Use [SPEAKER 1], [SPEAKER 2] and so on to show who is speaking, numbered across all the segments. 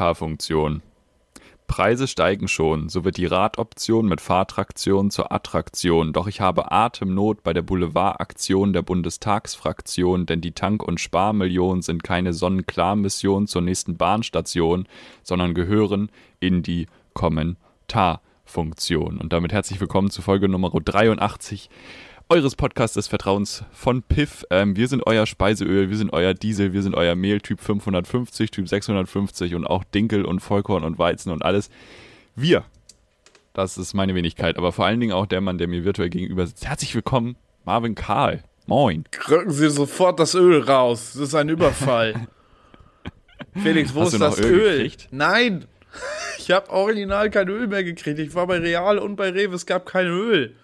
[SPEAKER 1] Kommentarfunktion. Preise steigen schon, so wird die Radoption mit Fahrtraktion zur Attraktion, doch ich habe Atemnot bei der Boulevardaktion der Bundestagsfraktion, denn die Tank- und Sparmillionen sind keine Sonnenklarmission zur nächsten Bahnstation, sondern gehören in die Kommentarfunktion. Und damit herzlich willkommen zu Folge Nummer 83 eures Podcasts des Vertrauens von Piff. Ähm, wir sind euer Speiseöl, wir sind euer Diesel, wir sind euer Mehl, Typ 550, Typ 650 und auch Dinkel und Vollkorn und Weizen und alles. Wir, das ist meine Wenigkeit, aber vor allen Dingen auch der Mann, der mir virtuell gegenüber sitzt. Herzlich willkommen, Marvin Karl. Moin.
[SPEAKER 2] Krücken Sie sofort das Öl raus. Das ist ein Überfall. Felix, wo
[SPEAKER 1] Hast du
[SPEAKER 2] ist
[SPEAKER 1] noch
[SPEAKER 2] das
[SPEAKER 1] Öl
[SPEAKER 2] Öl?
[SPEAKER 1] gekriegt?
[SPEAKER 2] Nein. Ich habe original kein Öl mehr gekriegt. Ich war bei Real und bei Rewe, es gab kein Öl.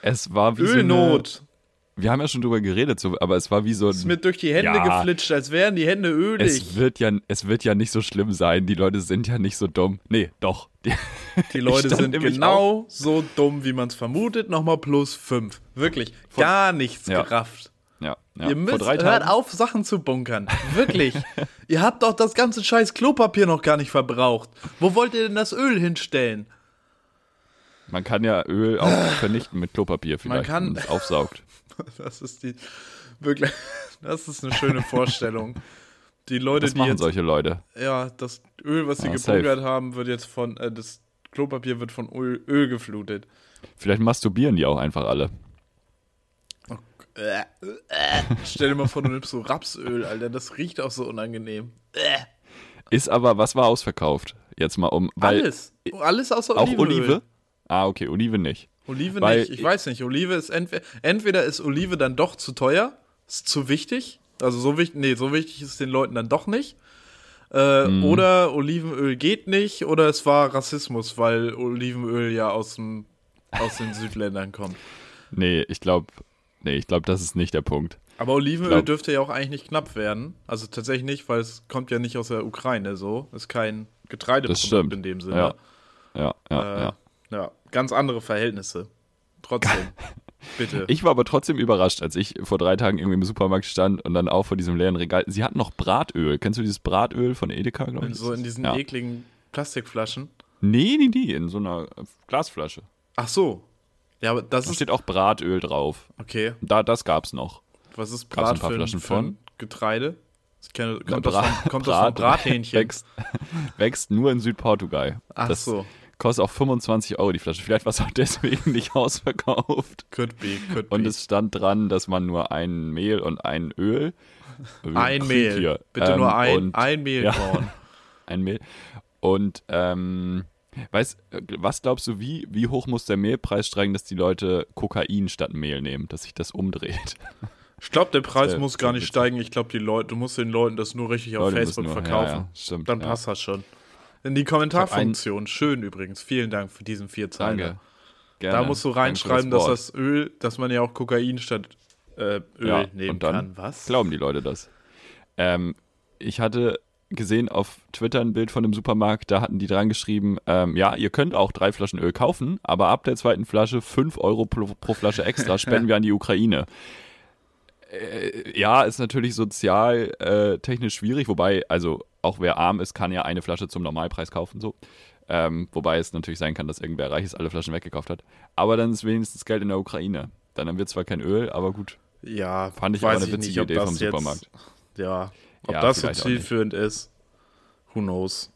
[SPEAKER 1] Es war wie
[SPEAKER 2] Ölnot.
[SPEAKER 1] So eine, wir haben ja schon drüber geredet, so, aber es war wie so ein.
[SPEAKER 2] ist mir durch die Hände
[SPEAKER 1] Ja.
[SPEAKER 2] geflitscht, als wären die Hände ölig.
[SPEAKER 1] es wird, ja, es wird ja nicht so schlimm sein. Die Leute sind ja nicht so dumm. Nee, doch. Die,
[SPEAKER 2] Die Leute
[SPEAKER 1] stand
[SPEAKER 2] sind
[SPEAKER 1] nämlich
[SPEAKER 2] genau so dumm, wie man es vermutet. Nochmal plus fünf. Wirklich, gar nichts
[SPEAKER 1] Ja.
[SPEAKER 2] gerafft.
[SPEAKER 1] Ja, ja.
[SPEAKER 2] Ihr müsst,
[SPEAKER 1] drei
[SPEAKER 2] hört
[SPEAKER 1] Tagen-
[SPEAKER 2] auf, Sachen zu bunkern. Wirklich. ihr habt doch das ganze scheiß Klopapier noch gar nicht verbraucht. Wo wollt ihr denn das Öl hinstellen?
[SPEAKER 1] Man kann ja Öl auch vernichten mit Klopapier vielleicht,
[SPEAKER 2] kann-
[SPEAKER 1] wenn man es aufsaugt.
[SPEAKER 2] Das ist die wirklich. Das ist eine schöne Vorstellung. Die Leute,
[SPEAKER 1] Das
[SPEAKER 2] die
[SPEAKER 1] machen
[SPEAKER 2] jetzt
[SPEAKER 1] solche Leute.
[SPEAKER 2] ja das Öl, was sie
[SPEAKER 1] Ah,
[SPEAKER 2] gebunkert haben, wird jetzt von äh, das Klopapier wird von Öl, Öl geflutet.
[SPEAKER 1] Vielleicht masturbieren die auch einfach alle.
[SPEAKER 2] Äh, äh, Stell dir mal vor, du nimmst so Rapsöl, Alter. Das riecht auch so unangenehm.
[SPEAKER 1] Ist aber, was war ausverkauft? Jetzt mal um. Weil
[SPEAKER 2] Alles, alles außer
[SPEAKER 1] Auch
[SPEAKER 2] Olivenöl.
[SPEAKER 1] Olive? Ah, okay, Olive nicht.
[SPEAKER 2] Olive
[SPEAKER 1] Weil-
[SPEAKER 2] nicht, ich weiß nicht. Olive ist entweder, entweder ist Olive dann doch zu teuer, ist zu wichtig. Also so wichtig, nee, so wichtig ist es den Leuten dann doch nicht. Äh,
[SPEAKER 1] Mhm.
[SPEAKER 2] Oder Olivenöl geht nicht, oder es war Rassismus, weil Olivenöl ja aus, dem, aus den Südländern kommt.
[SPEAKER 1] Nee, ich glaube, nee, ich glaube, das ist nicht der Punkt.
[SPEAKER 2] Aber Olivenöl
[SPEAKER 1] Glaub-
[SPEAKER 2] dürfte ja auch eigentlich nicht knapp werden. Also tatsächlich nicht, weil es kommt ja nicht aus der Ukraine so. Ist kein
[SPEAKER 1] Das
[SPEAKER 2] Getreideprodukt
[SPEAKER 1] stimmt.
[SPEAKER 2] in dem Sinne.
[SPEAKER 1] Ja, ja, ja,
[SPEAKER 2] äh,
[SPEAKER 1] ja.
[SPEAKER 2] ja, ganz andere Verhältnisse. Trotzdem. Bitte.
[SPEAKER 1] Ich war aber trotzdem überrascht, als ich vor drei Tagen irgendwie im Supermarkt stand und dann auch vor diesem leeren Regal. Sie hatten noch Bratöl. Kennst du dieses Bratöl von Edeka, glaube
[SPEAKER 2] In
[SPEAKER 1] ich?
[SPEAKER 2] so in diesen E-
[SPEAKER 1] ja.
[SPEAKER 2] ekligen Plastikflaschen.
[SPEAKER 1] Nee, nee, nee, in so einer äh, Glasflasche.
[SPEAKER 2] Ach so. Ja, aber das
[SPEAKER 1] Da
[SPEAKER 2] ist.
[SPEAKER 1] steht auch Bratöl drauf.
[SPEAKER 2] Okay.
[SPEAKER 1] Da, das gab's noch.
[SPEAKER 2] Was ist
[SPEAKER 1] Gab's ein
[SPEAKER 2] Brat
[SPEAKER 1] paar
[SPEAKER 2] für, ein-
[SPEAKER 1] Flaschen
[SPEAKER 2] für ein Getreide? Ich kenne, kommt
[SPEAKER 1] Bra-
[SPEAKER 2] das von, kommt das
[SPEAKER 1] Brat-
[SPEAKER 2] von Brathähnchen?
[SPEAKER 1] Wächst, wächst nur in Südportugal.
[SPEAKER 2] Ach
[SPEAKER 1] das
[SPEAKER 2] so.
[SPEAKER 1] Kostet auch 25 Euro die Flasche. Vielleicht war es auch deswegen nicht ausverkauft.
[SPEAKER 2] Could be, could
[SPEAKER 1] Und
[SPEAKER 2] be.
[SPEAKER 1] es stand dran, dass man nur ein Mehl und ein Öl. Wie
[SPEAKER 2] ein
[SPEAKER 1] Krieg
[SPEAKER 2] Mehl.
[SPEAKER 1] hier.
[SPEAKER 2] Bitte
[SPEAKER 1] Ähm,
[SPEAKER 2] nur ein,
[SPEAKER 1] und
[SPEAKER 2] ein Mehl
[SPEAKER 1] Ja.
[SPEAKER 2] brauen.
[SPEAKER 1] ein Mehl. Und ähm, weißt, äh, was glaubst du, wie, wie hoch muss der Mehlpreis steigen, dass die Leute Kokain statt Mehl nehmen, dass sich das umdreht?
[SPEAKER 2] Ich glaube, der Preis
[SPEAKER 1] wär-
[SPEAKER 2] muss
[SPEAKER 1] wär
[SPEAKER 2] gar nicht
[SPEAKER 1] witzig.
[SPEAKER 2] steigen. Ich glaube, die Leute, du musst den Leuten das nur richtig auf
[SPEAKER 1] Leute müssen
[SPEAKER 2] Facebook
[SPEAKER 1] nur-
[SPEAKER 2] verkaufen.
[SPEAKER 1] ja, ja, stimmt,
[SPEAKER 2] Dann
[SPEAKER 1] ja.
[SPEAKER 2] passt das schon. In die
[SPEAKER 1] hab einen-
[SPEAKER 2] Kommentarfunktion. Schön übrigens. Vielen Dank für diesen Vierzeiler.
[SPEAKER 1] Gerne.
[SPEAKER 2] Da musst du
[SPEAKER 1] Danke für
[SPEAKER 2] reinschreiben, dass
[SPEAKER 1] Wort.
[SPEAKER 2] das Öl, dass man ja auch Kokain statt äh, Öl
[SPEAKER 1] ja,
[SPEAKER 2] nehmen
[SPEAKER 1] und dann
[SPEAKER 2] kann. Was?
[SPEAKER 1] Glauben die Leute das? Ähm, ich hatte gesehen auf Twitter ein Bild von einem Supermarkt, da hatten die dran geschrieben, ähm, ja, ihr könnt auch drei Flaschen Öl kaufen, aber ab der zweiten Flasche 5 Euro pro, pro Flasche extra spenden wir an die Ukraine. Äh, ja, ist natürlich sozial äh, technisch schwierig, wobei, also auch wer arm ist, kann ja eine Flasche zum Normalpreis kaufen, so. Ähm, wobei es natürlich sein kann, dass irgendwer Reiches alle Flaschen weggekauft hat. Aber dann ist wenigstens Geld in der Ukraine. Dann haben wir zwar kein Öl, aber gut.
[SPEAKER 2] Ja,
[SPEAKER 1] Fand ich
[SPEAKER 2] weiß
[SPEAKER 1] aber eine witzige
[SPEAKER 2] nicht, ob
[SPEAKER 1] Idee
[SPEAKER 2] das
[SPEAKER 1] vom
[SPEAKER 2] jetzt-
[SPEAKER 1] Supermarkt.
[SPEAKER 2] Ja, ob
[SPEAKER 1] Ja,
[SPEAKER 2] das so
[SPEAKER 1] vielleicht auch nicht.
[SPEAKER 2] zielführend ist, who knows.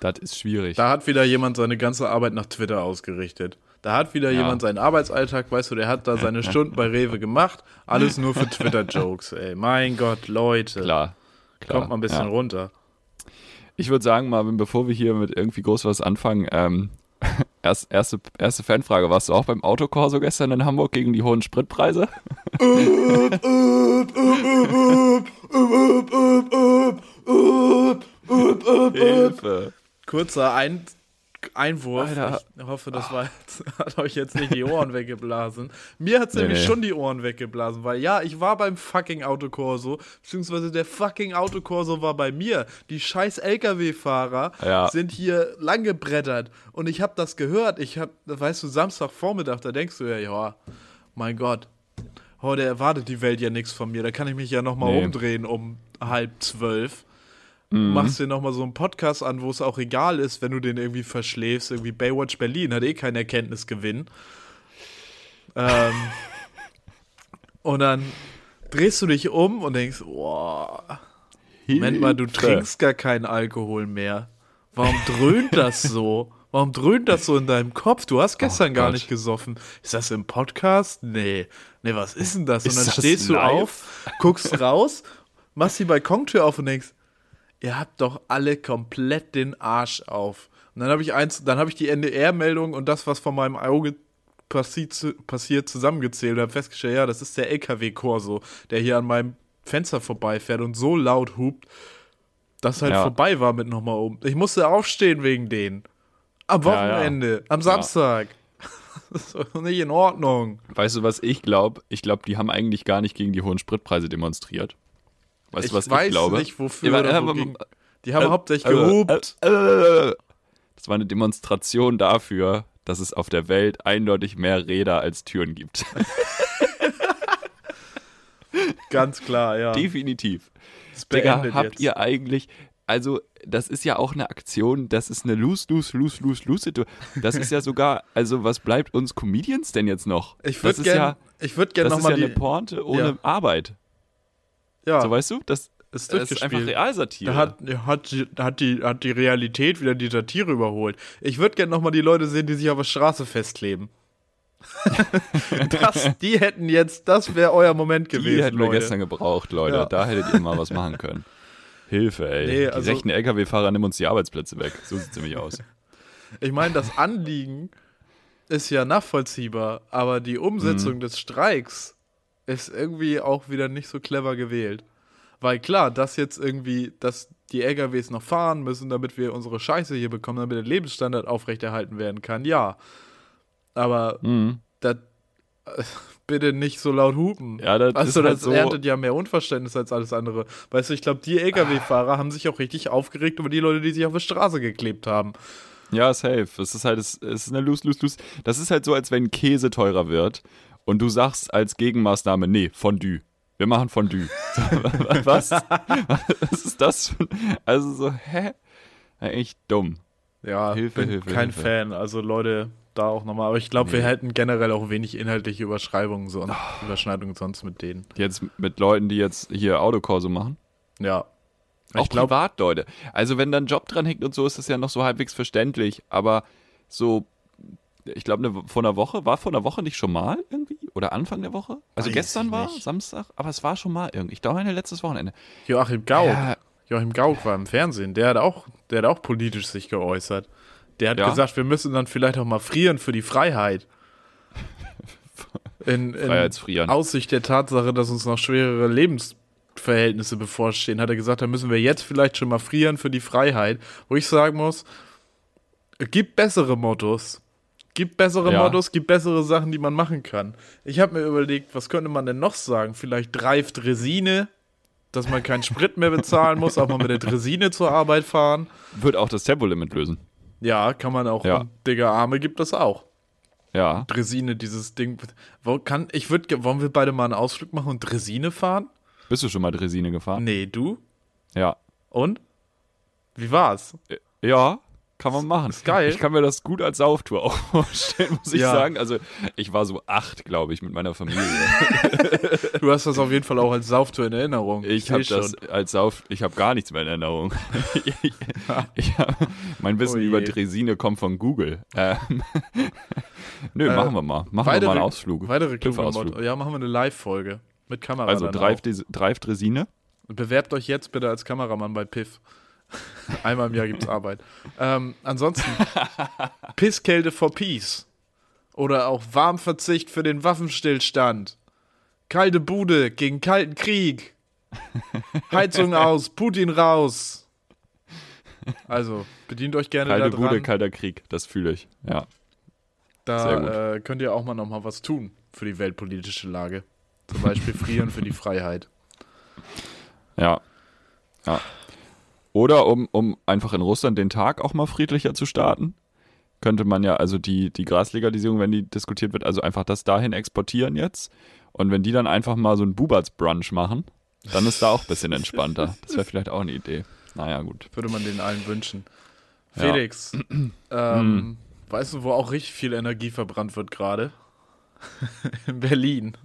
[SPEAKER 1] Das ist schwierig.
[SPEAKER 2] Da hat wieder jemand seine ganze Arbeit nach Twitter ausgerichtet. Da hat wieder
[SPEAKER 1] Ja.
[SPEAKER 2] jemand seinen Arbeitsalltag, weißt du, der hat da seine Stunden bei Rewe gemacht. Alles nur für Twitter-Jokes, ey. Mein Gott, Leute.
[SPEAKER 1] Klar. klar.
[SPEAKER 2] Kommt mal ein bisschen
[SPEAKER 1] ja.
[SPEAKER 2] runter.
[SPEAKER 1] Ich würde sagen, Marvin, bevor wir hier mit irgendwie groß was anfangen, ähm, erst, erste, erste Fanfrage. Warst du auch beim Autokorso gestern in Hamburg gegen die hohen Spritpreise? Hilfe.
[SPEAKER 2] Kurzer Ein Einwurf.
[SPEAKER 1] Alter. Ah.
[SPEAKER 2] Ich hoffe, das war jetzt, hat euch jetzt nicht die Ohren weggeblasen. Mir hat es
[SPEAKER 1] Nee,
[SPEAKER 2] nämlich
[SPEAKER 1] nee.
[SPEAKER 2] schon die Ohren weggeblasen, weil ja, ich war beim fucking Autokorso, beziehungsweise der fucking Autokorso war bei mir. Die scheiß LKW-Fahrer
[SPEAKER 1] Ja.
[SPEAKER 2] sind hier lang gebrettert und ich habe das gehört. Ich habe, weißt du, Samstagvormittag, da denkst du ja, ja, mein Gott, Oh, heute erwartet die Welt ja nichts von mir. Da kann ich mich ja nochmal
[SPEAKER 1] Nee.
[SPEAKER 2] umdrehen um halb zwölf. Mhm. Machst dir nochmal so einen Podcast an, wo es auch egal ist, wenn du den irgendwie verschläfst. Irgendwie Baywatch Berlin hat eh keinen Erkenntnisgewinn. Ähm, und dann drehst du dich um und denkst, boah, Moment mal, du trinkst gar keinen Alkohol mehr. Warum dröhnt das so? Warum dröhnt das so in deinem Kopf? Du hast gestern oh gar nicht gesoffen. Ist das im Podcast? Nee. Nee, was ist denn das? Und
[SPEAKER 1] Ist
[SPEAKER 2] dann
[SPEAKER 1] das
[SPEAKER 2] stehst du
[SPEAKER 1] live?
[SPEAKER 2] auf, guckst raus, machst die Balkontür auf und denkst, ihr habt doch alle komplett den Arsch auf. Und dann habe ich eins, dann habe ich die NDR-Meldung und das, was von meinem Auge passi zu- passiert, zusammengezählt und habe festgestellt, ja, das ist der LKW-Korso, der hier an meinem Fenster vorbeifährt und so laut hupt, dass halt
[SPEAKER 1] Ja.
[SPEAKER 2] vorbei war mit nochmal oben. Ich musste aufstehen wegen denen. Am
[SPEAKER 1] Ja, ja.
[SPEAKER 2] Wochenende, am Samstag. Das ist doch nicht in Ordnung.
[SPEAKER 1] Weißt du, was ich glaube? Ich glaube, die haben eigentlich gar nicht gegen die hohen Spritpreise demonstriert. Weißt
[SPEAKER 2] Ich
[SPEAKER 1] du, was
[SPEAKER 2] weiß
[SPEAKER 1] ich glaube?
[SPEAKER 2] nicht, wofür
[SPEAKER 1] Ja,
[SPEAKER 2] oder
[SPEAKER 1] aber-
[SPEAKER 2] wogegen. Die haben
[SPEAKER 1] äh,
[SPEAKER 2] hauptsächlich
[SPEAKER 1] äh,
[SPEAKER 2] gehupt.
[SPEAKER 1] äh, äh. Das war eine Demonstration dafür, dass es auf der Welt eindeutig mehr Räder als Türen gibt.
[SPEAKER 2] Ganz klar, ja.
[SPEAKER 1] Definitiv.
[SPEAKER 2] Ist
[SPEAKER 1] Digga,
[SPEAKER 2] beendet
[SPEAKER 1] habt
[SPEAKER 2] jetzt.
[SPEAKER 1] ihr eigentlich. Also, das ist ja auch eine Aktion, das ist eine lose, lose, lose, lose, lose Situation. Das ist ja sogar, also was bleibt uns Comedians denn jetzt noch?
[SPEAKER 2] Ich
[SPEAKER 1] Das
[SPEAKER 2] würde
[SPEAKER 1] ist
[SPEAKER 2] gerne
[SPEAKER 1] ja,
[SPEAKER 2] ich würde gerne
[SPEAKER 1] das ist ja
[SPEAKER 2] nochmal
[SPEAKER 1] eine
[SPEAKER 2] die.
[SPEAKER 1] Porte ohne
[SPEAKER 2] Ja.
[SPEAKER 1] Arbeit.
[SPEAKER 2] ja,
[SPEAKER 1] So weißt du? Das,
[SPEAKER 2] ist
[SPEAKER 1] das ist
[SPEAKER 2] durchgespielt.
[SPEAKER 1] einfach Realsatire.
[SPEAKER 2] Da hat, hat, die- hat, die, hat die Realität wieder die Satire überholt. Ich würde gerne nochmal die Leute sehen, die sich auf der Straße festkleben. das, die hätten jetzt, das wäre euer Moment gewesen.
[SPEAKER 1] Die hätten wir
[SPEAKER 2] Leute.
[SPEAKER 1] gestern gebraucht, Leute.
[SPEAKER 2] Ja.
[SPEAKER 1] Da hättet ihr mal was machen können. Hilfe, ey.
[SPEAKER 2] Nee,
[SPEAKER 1] die
[SPEAKER 2] also-
[SPEAKER 1] rechten LKW-Fahrer nehmen uns die Arbeitsplätze weg. So sieht's nämlich aus.
[SPEAKER 2] Ich meine, das Anliegen ist ja nachvollziehbar, aber die Umsetzung
[SPEAKER 1] Mhm.
[SPEAKER 2] des Streiks ist irgendwie auch wieder nicht so clever gewählt. Weil klar, dass jetzt irgendwie, dass die LKWs noch fahren müssen, damit wir unsere Scheiße hier bekommen, damit der Lebensstandard aufrechterhalten werden kann, ja. Aber
[SPEAKER 1] Mhm.
[SPEAKER 2] das, äh, bitte nicht so laut hupen.
[SPEAKER 1] Ja, das
[SPEAKER 2] also,
[SPEAKER 1] ist halt
[SPEAKER 2] das
[SPEAKER 1] so-
[SPEAKER 2] erntet ja mehr Unverständnis als alles andere. Weißt du, ich glaube, die LKW-Fahrer haben sich auch richtig aufgeregt über die Leute, die sich auf der Straße geklebt haben.
[SPEAKER 1] Ja, safe. Es ist halt, es es ist eine lose, lose, lose. Das ist halt so, als wenn Käse teurer wird und du sagst als Gegenmaßnahme, nee, Fondue. Wir machen Fondue. So, wa- Was? Was ist das? für ein- Also so, hä? Ja, Echt dumm.
[SPEAKER 2] Ja,
[SPEAKER 1] Hilfe,
[SPEAKER 2] bin
[SPEAKER 1] Hilfe,
[SPEAKER 2] kein
[SPEAKER 1] Hilfe.
[SPEAKER 2] Fan. Also Leute, da auch nochmal. Aber ich glaube, wir
[SPEAKER 1] Nee. Oh.
[SPEAKER 2] hätten generell auch wenig inhaltliche Überschreibungen sonst, Überschneidungen sonst mit denen.
[SPEAKER 1] Jetzt mit Leuten, die jetzt hier Autokorso machen.
[SPEAKER 2] Ja.
[SPEAKER 1] Auch
[SPEAKER 2] ich glaube,
[SPEAKER 1] privat, Leute. Also wenn dann Job dran hängt und so, ist das ja noch so halbwegs verständlich. Aber so, ich glaube, ne, vor einer Woche, war vor einer Woche nicht schon mal irgendwie? Oder Anfang der Woche? Also
[SPEAKER 2] Weiß
[SPEAKER 1] gestern
[SPEAKER 2] ich
[SPEAKER 1] war,
[SPEAKER 2] nicht.
[SPEAKER 1] Samstag, aber es war schon mal irgendwie. Ich glaube, mein letztes Wochenende.
[SPEAKER 2] Joachim Gauck.
[SPEAKER 1] Ja.
[SPEAKER 2] Joachim Gauck war im Fernsehen. Der hat auch, der hat auch politisch sich geäußert. Der hat
[SPEAKER 1] Ja?
[SPEAKER 2] gesagt, wir müssen dann vielleicht auch mal frieren für die Freiheit. In, in
[SPEAKER 1] Freiheitsfrieren.
[SPEAKER 2] Aussicht der Tatsache, dass uns noch schwerere Lebensverhältnisse bevorstehen, hat er gesagt, da müssen wir jetzt vielleicht schon mal frieren für die Freiheit. Wo ich sagen muss, es gibt bessere Mottos. Gibt bessere
[SPEAKER 1] Ja.
[SPEAKER 2] Mottos, gibt bessere Sachen, die man machen kann. Ich habe mir überlegt, was könnte man denn noch sagen? Vielleicht reift Resine, dass man keinen Sprit mehr bezahlen muss, auch mal mit der Dresine zur Arbeit fahren.
[SPEAKER 1] Wird auch das Tempolimit lösen.
[SPEAKER 2] Ja, kann man auch.
[SPEAKER 1] Ja.
[SPEAKER 2] Und Digga, Arme gibt das auch.
[SPEAKER 1] Ja.
[SPEAKER 2] Dresine, dieses Ding. Wo kann, ich würde, wollen wir beide mal einen Ausflug machen und Dresine fahren?
[SPEAKER 1] Bist du schon mal Dresine gefahren?
[SPEAKER 2] Nee, du?
[SPEAKER 1] Ja. Äh,
[SPEAKER 2] Und? Wie war's?
[SPEAKER 1] Ja, kann man machen.
[SPEAKER 2] Ist geil.
[SPEAKER 1] Ich kann mir das gut als Sauftour auch vorstellen, muss ich
[SPEAKER 2] Ja.
[SPEAKER 1] sagen. Also ich war so acht, glaube ich, mit meiner Familie.
[SPEAKER 2] Du hast das auf jeden Fall auch als Sauftour in Erinnerung.
[SPEAKER 1] Ich
[SPEAKER 2] seh
[SPEAKER 1] habe das als Sauf, ich habe gar nichts mehr in Erinnerung. ich, ich hab, mein Wissen
[SPEAKER 2] Oh je.
[SPEAKER 1] über Dresine kommt von Google. Ähm, nö,
[SPEAKER 2] Äh,
[SPEAKER 1] machen wir mal. Machen wir mal einen Ausflug.
[SPEAKER 2] Weitere
[SPEAKER 1] Cliff-Ausflug.
[SPEAKER 2] Cliff-Ausflug. Ja, machen wir eine Live-Folge. Mit Kamera.
[SPEAKER 1] Also
[SPEAKER 2] dann
[SPEAKER 1] Drive,
[SPEAKER 2] auch.
[SPEAKER 1] Des- Drive Dresine.
[SPEAKER 2] Bewerbt euch jetzt bitte als Kameramann bei Piff. Einmal im Jahr gibt's Arbeit. Ähm, ansonsten, Pisskälte for Peace. Oder auch Warmverzicht für den Waffenstillstand. Kalte Bude gegen kalten Krieg. Heizung aus, Putin raus. Also, bedient euch gerne
[SPEAKER 1] Kalte
[SPEAKER 2] da dran.
[SPEAKER 1] Bude, kalter Krieg. Das fühle ich. Ja. Sehr gut.
[SPEAKER 2] Da äh, könnt ihr auch mal noch mal was tun für die weltpolitische Lage. Zum Beispiel frieren für die Freiheit.
[SPEAKER 1] Ja. ja. Oder um, um einfach in Russland den Tag auch mal friedlicher zu starten, könnte man ja also die, die Graslegalisierung, wenn die diskutiert wird, also einfach das dahin exportieren jetzt. Und wenn die dann einfach mal so ein Bubats-Brunch machen, dann ist da auch ein bisschen entspannter. Das wäre vielleicht auch eine Idee. Naja, gut.
[SPEAKER 2] Würde man den allen wünschen.
[SPEAKER 1] Ja. Mm.
[SPEAKER 2] Felix, ähm, weißt du, wo auch richtig viel Energie verbrannt wird gerade? In Berlin.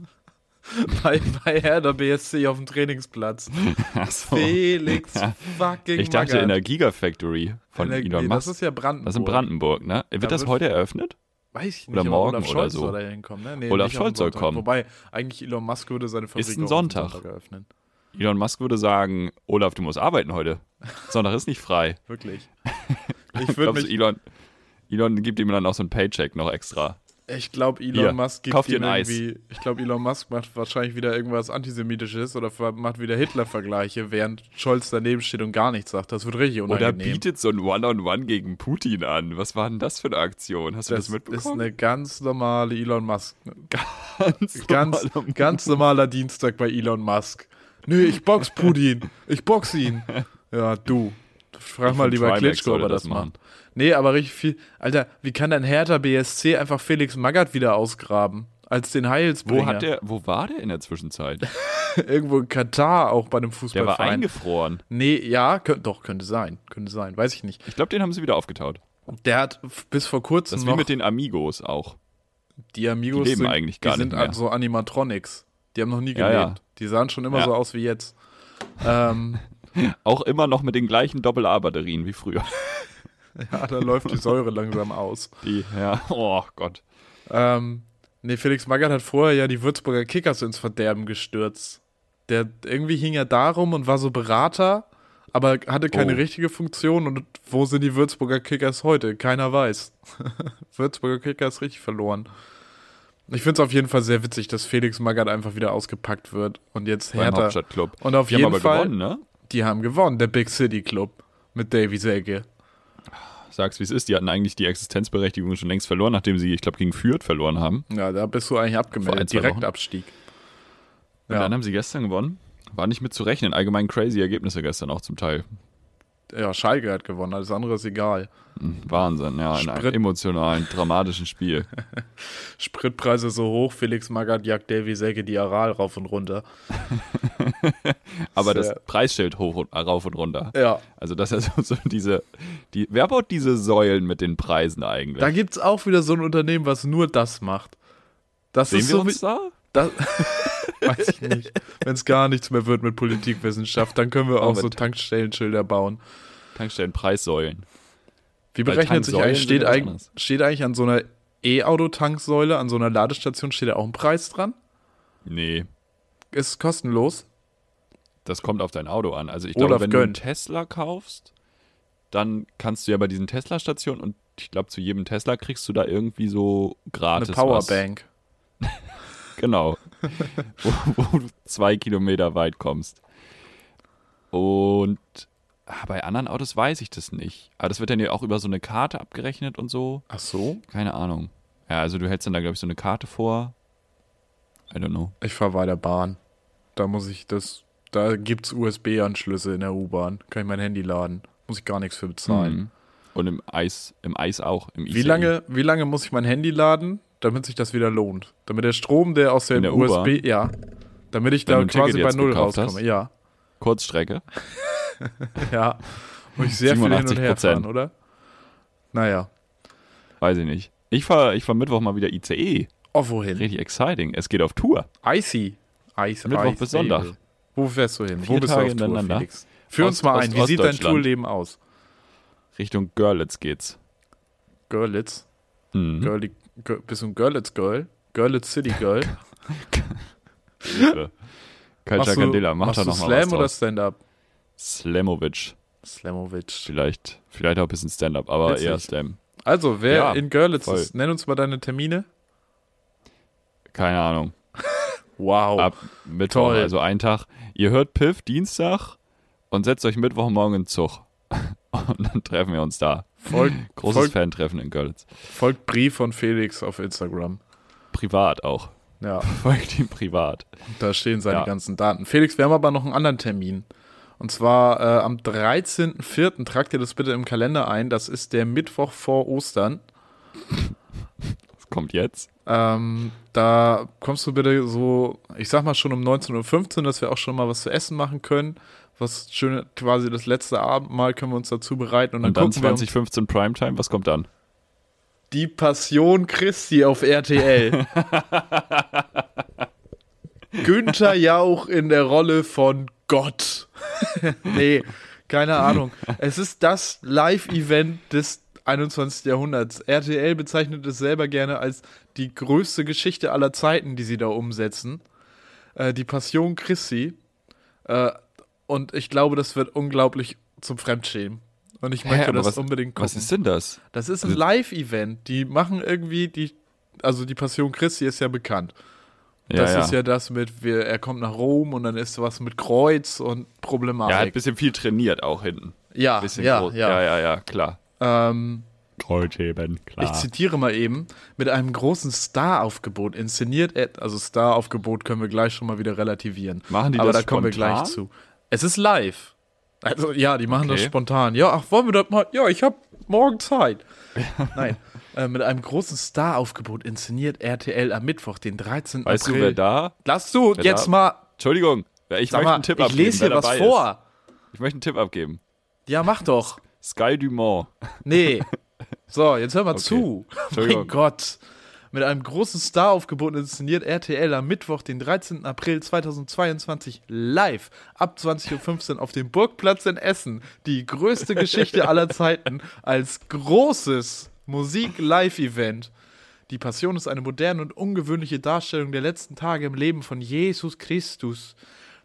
[SPEAKER 2] bei, bei Herder BSC auf dem Trainingsplatz.
[SPEAKER 1] Ach so.
[SPEAKER 2] Felix fucking
[SPEAKER 1] Ich dachte
[SPEAKER 2] Magath.
[SPEAKER 1] in der Gigafactory von
[SPEAKER 2] Energie-
[SPEAKER 1] Elon
[SPEAKER 2] Das
[SPEAKER 1] Musk.
[SPEAKER 2] ist ja Brandenburg.
[SPEAKER 1] Das ist in Brandenburg, ne? Wird das
[SPEAKER 2] wird-
[SPEAKER 1] heute eröffnet?
[SPEAKER 2] Weiß ich nicht,
[SPEAKER 1] Oder
[SPEAKER 2] ob
[SPEAKER 1] morgen
[SPEAKER 2] Olaf
[SPEAKER 1] oder
[SPEAKER 2] Scholz
[SPEAKER 1] so.
[SPEAKER 2] soll da hinkommen, ne? Nee,
[SPEAKER 1] Olaf
[SPEAKER 2] nicht am
[SPEAKER 1] Scholz soll
[SPEAKER 2] Sonntag.
[SPEAKER 1] kommen.
[SPEAKER 2] Wobei, eigentlich Elon Musk würde seine Fabrik
[SPEAKER 1] Ist ein
[SPEAKER 2] auch am
[SPEAKER 1] Sonntag.
[SPEAKER 2] eröffnen.
[SPEAKER 1] Elon Musk würde sagen, Olaf, du musst arbeiten heute. Sonntag ist nicht frei.
[SPEAKER 2] Wirklich. Ich würde
[SPEAKER 1] Glaubst du,
[SPEAKER 2] mich
[SPEAKER 1] Elon, Elon gibt ihm dann auch so ein Paycheck noch extra.
[SPEAKER 2] Ich glaube, Elon
[SPEAKER 1] Hier,
[SPEAKER 2] Musk gibt
[SPEAKER 1] kauf dir
[SPEAKER 2] ihm
[SPEAKER 1] ein Eis.
[SPEAKER 2] irgendwie. Ich glaube, Elon Musk macht wahrscheinlich wieder irgendwas Antisemitisches oder ver- macht wieder Hitler-Vergleiche, während Scholz daneben steht und gar nichts sagt. Das wird richtig
[SPEAKER 1] Oder
[SPEAKER 2] unangenehm.
[SPEAKER 1] bietet so ein One-on-One gegen Putin an. Was war denn das für eine Aktion? Hast du das,
[SPEAKER 2] das ist
[SPEAKER 1] mitbekommen?
[SPEAKER 2] eine ganz normale Elon Musk.
[SPEAKER 1] ganz,
[SPEAKER 2] Ganz,
[SPEAKER 1] normaler Move.
[SPEAKER 2] ganz normaler Dienstag bei Elon Musk. Nö, ich box Putin. Ich box ihn. Ja, du. Frag
[SPEAKER 1] Ich
[SPEAKER 2] mal
[SPEAKER 1] find,
[SPEAKER 2] lieber
[SPEAKER 1] Trimax
[SPEAKER 2] Klitschko, ob
[SPEAKER 1] sollte
[SPEAKER 2] er
[SPEAKER 1] das
[SPEAKER 2] das macht.
[SPEAKER 1] machen.
[SPEAKER 2] Nee, aber richtig viel. Alter, wie kann denn Hertha BSC einfach Felix Magath wieder ausgraben? Als den Heilsbringer.
[SPEAKER 1] Wo, hat der, wo war der in der Zwischenzeit?
[SPEAKER 2] Irgendwo in Katar auch bei einem
[SPEAKER 1] Der war
[SPEAKER 2] Fußballverein.
[SPEAKER 1] eingefroren.
[SPEAKER 2] nee, ja, könnt, doch, könnte sein. Könnte sein, weiß ich nicht.
[SPEAKER 1] Ich glaube, den haben sie wieder aufgetaut.
[SPEAKER 2] Der hat f- bis vor
[SPEAKER 1] Das
[SPEAKER 2] kurzem
[SPEAKER 1] ist wie
[SPEAKER 2] noch
[SPEAKER 1] mit den Amigos auch.
[SPEAKER 2] die Amigos.
[SPEAKER 1] die leben eigentlich gar
[SPEAKER 2] die sind
[SPEAKER 1] nicht mehr.
[SPEAKER 2] an- so Animatronics. Die haben noch nie
[SPEAKER 1] Ja,
[SPEAKER 2] gelebt.
[SPEAKER 1] ja.
[SPEAKER 2] Die sahen schon immer
[SPEAKER 1] Ja.
[SPEAKER 2] so aus wie jetzt. Ähm,
[SPEAKER 1] Auch immer noch mit den gleichen Doppel-A-Batterien wie früher.
[SPEAKER 2] ja, da läuft die Säure langsam aus.
[SPEAKER 1] Die, ja, oh Gott.
[SPEAKER 2] Ähm, nee, Felix Magath hat vorher ja die Würzburger Kickers ins Verderben gestürzt. Der irgendwie hing er darum und war so Berater, aber hatte keine
[SPEAKER 1] Oh.
[SPEAKER 2] richtige Funktion. Und wo sind die Würzburger Kickers heute? Keiner weiß. Würzburger Kickers richtig verloren. Ich finde es auf jeden Fall sehr witzig, dass Felix Magath einfach wieder ausgepackt wird und jetzt
[SPEAKER 1] Beim
[SPEAKER 2] Hertha.
[SPEAKER 1] Hauptstadtclub.
[SPEAKER 2] Und auf
[SPEAKER 1] Die haben
[SPEAKER 2] jeden
[SPEAKER 1] aber
[SPEAKER 2] Fall,
[SPEAKER 1] gewonnen, ne?
[SPEAKER 2] die haben gewonnen, der Big City Club mit Davy Selke.
[SPEAKER 1] Sag's, wie es ist. Die hatten eigentlich die Existenzberechtigung schon längst verloren, nachdem sie, ich glaube, gegen Fürth verloren haben.
[SPEAKER 2] Ja, da bist du eigentlich
[SPEAKER 1] Vor ein,
[SPEAKER 2] abgemeldet.
[SPEAKER 1] zwei Wochen.
[SPEAKER 2] Direktabstieg.
[SPEAKER 1] Und dann haben sie gestern gewonnen. War nicht mit zu rechnen. Allgemein crazy Ergebnisse gestern auch zum Teil.
[SPEAKER 2] ja, Schalke hat gewonnen, alles andere ist egal.
[SPEAKER 1] Wahnsinn, ja. In einem
[SPEAKER 2] Sprit.
[SPEAKER 1] emotionalen, dramatischen Spiel.
[SPEAKER 2] Spritpreise so hoch, Felix Magath jagt Davy Selke die Aral rauf und runter.
[SPEAKER 1] Aber
[SPEAKER 2] Sehr.
[SPEAKER 1] das Preisschild hoch und, rauf und runter.
[SPEAKER 2] Ja.
[SPEAKER 1] Also, dass er so, so diese. Die, wer baut diese Säulen mit den Preisen eigentlich?
[SPEAKER 2] Da gibt's auch wieder so ein Unternehmen, was nur das macht. Das
[SPEAKER 1] Sehen
[SPEAKER 2] ist
[SPEAKER 1] wir
[SPEAKER 2] so
[SPEAKER 1] uns
[SPEAKER 2] wie,
[SPEAKER 1] da?
[SPEAKER 2] das, weiß ich nicht. Wenn es gar nichts mehr wird mit Politikwissenschaft, dann können wir auch
[SPEAKER 1] Aber
[SPEAKER 2] so
[SPEAKER 1] Ta-
[SPEAKER 2] Tankstellenschilder bauen.
[SPEAKER 1] Tankstellen Preissäulen.
[SPEAKER 2] Wie
[SPEAKER 1] Bei
[SPEAKER 2] berechnet sich
[SPEAKER 1] Tanksäulen
[SPEAKER 2] eigentlich, steht,
[SPEAKER 1] sind das
[SPEAKER 2] eig
[SPEAKER 1] anders.
[SPEAKER 2] steht eigentlich an so einer E-Auto-Tanksäule, an so einer Ladestation, steht da auch ein Preis dran?
[SPEAKER 1] Nee,
[SPEAKER 2] Ist kostenlos?
[SPEAKER 1] das kommt auf dein Auto an. Also ich
[SPEAKER 2] Olaf
[SPEAKER 1] glaube, wenn
[SPEAKER 2] gönnt.
[SPEAKER 1] du einen Tesla kaufst, dann kannst du ja bei diesen Tesla-Stationen und ich glaube, zu jedem Tesla kriegst du da irgendwie so
[SPEAKER 2] Eine
[SPEAKER 1] gratis
[SPEAKER 2] Powerbank.
[SPEAKER 1] Was. Genau. wo, wo du zwei Kilometer weit kommst. Und ah, bei anderen Autos weiß ich das nicht. Aber das wird dann ja auch über so eine Karte abgerechnet und so.
[SPEAKER 2] Ach so?
[SPEAKER 1] Keine Ahnung. Ja, also du hältst dann da, glaube ich, so eine Karte vor. I don't know.
[SPEAKER 2] Ich fahre weiter Bahn. Da muss ich das. Da gibt's USB-Anschlüsse in der U-Bahn. Kann ich mein Handy laden. Muss ich gar nichts für bezahlen.
[SPEAKER 1] Mhm. Und im Eis, im Eis auch. Im
[SPEAKER 2] Wie, lange, wie lange muss ich mein Handy laden, damit sich das wieder lohnt? Damit der Strom, der aus der,
[SPEAKER 1] In der U-Bahn?
[SPEAKER 2] USB. Ja. Damit ich
[SPEAKER 1] Wenn du
[SPEAKER 2] da
[SPEAKER 1] ein
[SPEAKER 2] quasi
[SPEAKER 1] Ticket
[SPEAKER 2] bei
[SPEAKER 1] jetzt
[SPEAKER 2] Null
[SPEAKER 1] gekauft
[SPEAKER 2] rauskomme.
[SPEAKER 1] hast?
[SPEAKER 2] Ja.
[SPEAKER 1] E. Kurzstrecke.
[SPEAKER 2] Ja. Muss ich sehr viel hin und her
[SPEAKER 1] 87%.
[SPEAKER 2] fahren, oder? Naja.
[SPEAKER 1] Weiß ich nicht. Ich fahre ich fahr Mittwoch mal wieder ICE.
[SPEAKER 2] Oh, wohin?
[SPEAKER 1] Richtig exciting. Es geht auf Tour.
[SPEAKER 2] Icy. Ice,
[SPEAKER 1] Mittwoch
[SPEAKER 2] Ice
[SPEAKER 1] bis
[SPEAKER 2] Baby.
[SPEAKER 1] Sonntag.
[SPEAKER 2] Wo fährst du hin? Wo
[SPEAKER 1] Vier
[SPEAKER 2] bist
[SPEAKER 1] Tage
[SPEAKER 2] du auf Tour,
[SPEAKER 1] hintereinander.
[SPEAKER 2] Felix? Führ uns
[SPEAKER 1] Ost-
[SPEAKER 2] mal ein.
[SPEAKER 1] Ost-
[SPEAKER 2] Wie sieht dein
[SPEAKER 1] Ostdeutschland.
[SPEAKER 2] Tourleben aus?
[SPEAKER 1] Richtung Görlitz geht's.
[SPEAKER 2] Görlitz.
[SPEAKER 1] Mhm.
[SPEAKER 2] Girly, Gir- bist du ein Görlitz-Girl? Görlitz City Girl.
[SPEAKER 1] Hilfe. Äh, Kalcha
[SPEAKER 2] Machst du-
[SPEAKER 1] Candela, mach da
[SPEAKER 2] machst
[SPEAKER 1] nochmal
[SPEAKER 2] du
[SPEAKER 1] was
[SPEAKER 2] Slam oder
[SPEAKER 1] draus.
[SPEAKER 2] Stand-up?
[SPEAKER 1] Slamovic.
[SPEAKER 2] Slamovic.
[SPEAKER 1] Vielleicht, vielleicht auch ein bisschen Stand-Up, aber
[SPEAKER 2] Witzig.
[SPEAKER 1] eher Slam.
[SPEAKER 2] Also, wer
[SPEAKER 1] Ja,
[SPEAKER 2] in Görlitz
[SPEAKER 1] voll.
[SPEAKER 2] ist, nenn uns mal deine Termine.
[SPEAKER 1] Keine Ahnung.
[SPEAKER 2] Wow.
[SPEAKER 1] Ab Mittwoch,
[SPEAKER 2] Oh, Toll.
[SPEAKER 1] also ein Tag. Ihr hört Piff Dienstag und setzt euch Mittwochmorgen in den Zug. Und dann treffen wir uns da.
[SPEAKER 2] Folgt,
[SPEAKER 1] Großes
[SPEAKER 2] folgt,
[SPEAKER 1] Fan-Treffen in Görlitz.
[SPEAKER 2] folgt Brief von Felix auf Instagram.
[SPEAKER 1] Privat auch.
[SPEAKER 2] Ja,
[SPEAKER 1] Folgt ihm privat.
[SPEAKER 2] da stehen seine
[SPEAKER 1] Ja.
[SPEAKER 2] ganzen Daten. Felix, wir haben aber noch einen anderen Termin. Und zwar äh, am 13.04. Tragt ihr das bitte im Kalender ein. Das ist der Mittwoch vor Ostern.
[SPEAKER 1] Das kommt jetzt.
[SPEAKER 2] Ähm, da kommst du bitte so, ich sag mal schon um 19.15 Uhr, dass wir auch schon mal was zu essen machen können, was schön quasi das letzte Abendmahl können wir uns dazu bereiten und dann,
[SPEAKER 1] Und dann
[SPEAKER 2] gucken wir uns
[SPEAKER 1] 2015 Primetime, was kommt dann?
[SPEAKER 2] die Passion Christi auf RTL. Günther Jauch in der Rolle von Gott. nee, keine Ahnung. Es ist das Live-Event des 21. Jahrhunderts. RTL bezeichnet es selber gerne als die größte Geschichte aller Zeiten, die sie da umsetzen. Äh, die Passion Christi. Äh, und ich glaube, das wird unglaublich zum Fremdschämen. Und ich möchte
[SPEAKER 1] aber
[SPEAKER 2] das
[SPEAKER 1] was-
[SPEAKER 2] unbedingt gucken.
[SPEAKER 1] Was ist denn das?
[SPEAKER 2] Das ist
[SPEAKER 1] Also
[SPEAKER 2] ein Live-Event. Die machen irgendwie die, also die Passion Christi ist ja bekannt.
[SPEAKER 1] Ja,
[SPEAKER 2] das
[SPEAKER 1] ja.
[SPEAKER 2] ist ja das mit, wir, er kommt nach Rom und dann ist was mit Kreuz und
[SPEAKER 1] er hat ein
[SPEAKER 2] Problematik.
[SPEAKER 1] bisschen viel trainiert auch hinten.
[SPEAKER 2] Ja,
[SPEAKER 1] Bisschen
[SPEAKER 2] ja,
[SPEAKER 1] groß.
[SPEAKER 2] ja.
[SPEAKER 1] ja, ja, ja, klar.
[SPEAKER 2] Ähm,
[SPEAKER 1] Kreuzheben, klar.
[SPEAKER 2] Ich zitiere mal eben, mit einem großen Star-Aufgebot inszeniert, er- also Star-Aufgebot können wir gleich schon mal wieder relativieren.
[SPEAKER 1] Machen die
[SPEAKER 2] Aber
[SPEAKER 1] das
[SPEAKER 2] da kommen wir gleich
[SPEAKER 1] spontan?
[SPEAKER 2] zu. Es ist live. Also ja, die machen das
[SPEAKER 1] Okay.
[SPEAKER 2] spontan. Ja, ach, wollen wir das mal? Ja, ich habe morgen Zeit. Nein, äh, mit einem großen Star-Aufgebot inszeniert RTL am Mittwoch, den 13.
[SPEAKER 1] weißt
[SPEAKER 2] April.
[SPEAKER 1] du, wer da?
[SPEAKER 2] Lass du
[SPEAKER 1] wer
[SPEAKER 2] jetzt
[SPEAKER 1] da-
[SPEAKER 2] mal,
[SPEAKER 1] Entschuldigung, ich
[SPEAKER 2] sag
[SPEAKER 1] möchte
[SPEAKER 2] mal,
[SPEAKER 1] einen Tipp
[SPEAKER 2] ich
[SPEAKER 1] abgeben.
[SPEAKER 2] lese dir
[SPEAKER 1] wer
[SPEAKER 2] was
[SPEAKER 1] dabei
[SPEAKER 2] vor.
[SPEAKER 1] Ist. Ich möchte einen Tipp abgeben.
[SPEAKER 2] Ja, mach doch.
[SPEAKER 1] Sky Dumont.
[SPEAKER 2] Nee. So, jetzt hör mal zu. Mein
[SPEAKER 1] Entschuldigung.
[SPEAKER 2] Gott. Mit einem großen Star-Aufgebot inszeniert RTL am Mittwoch, den 13. April 2022, live ab 20.15 Uhr auf dem Burgplatz in Essen die größte Geschichte aller Zeiten als großes Musik-Live-Event. Die Passion ist eine moderne und ungewöhnliche Darstellung der letzten Tage im Leben von Jesus Christus.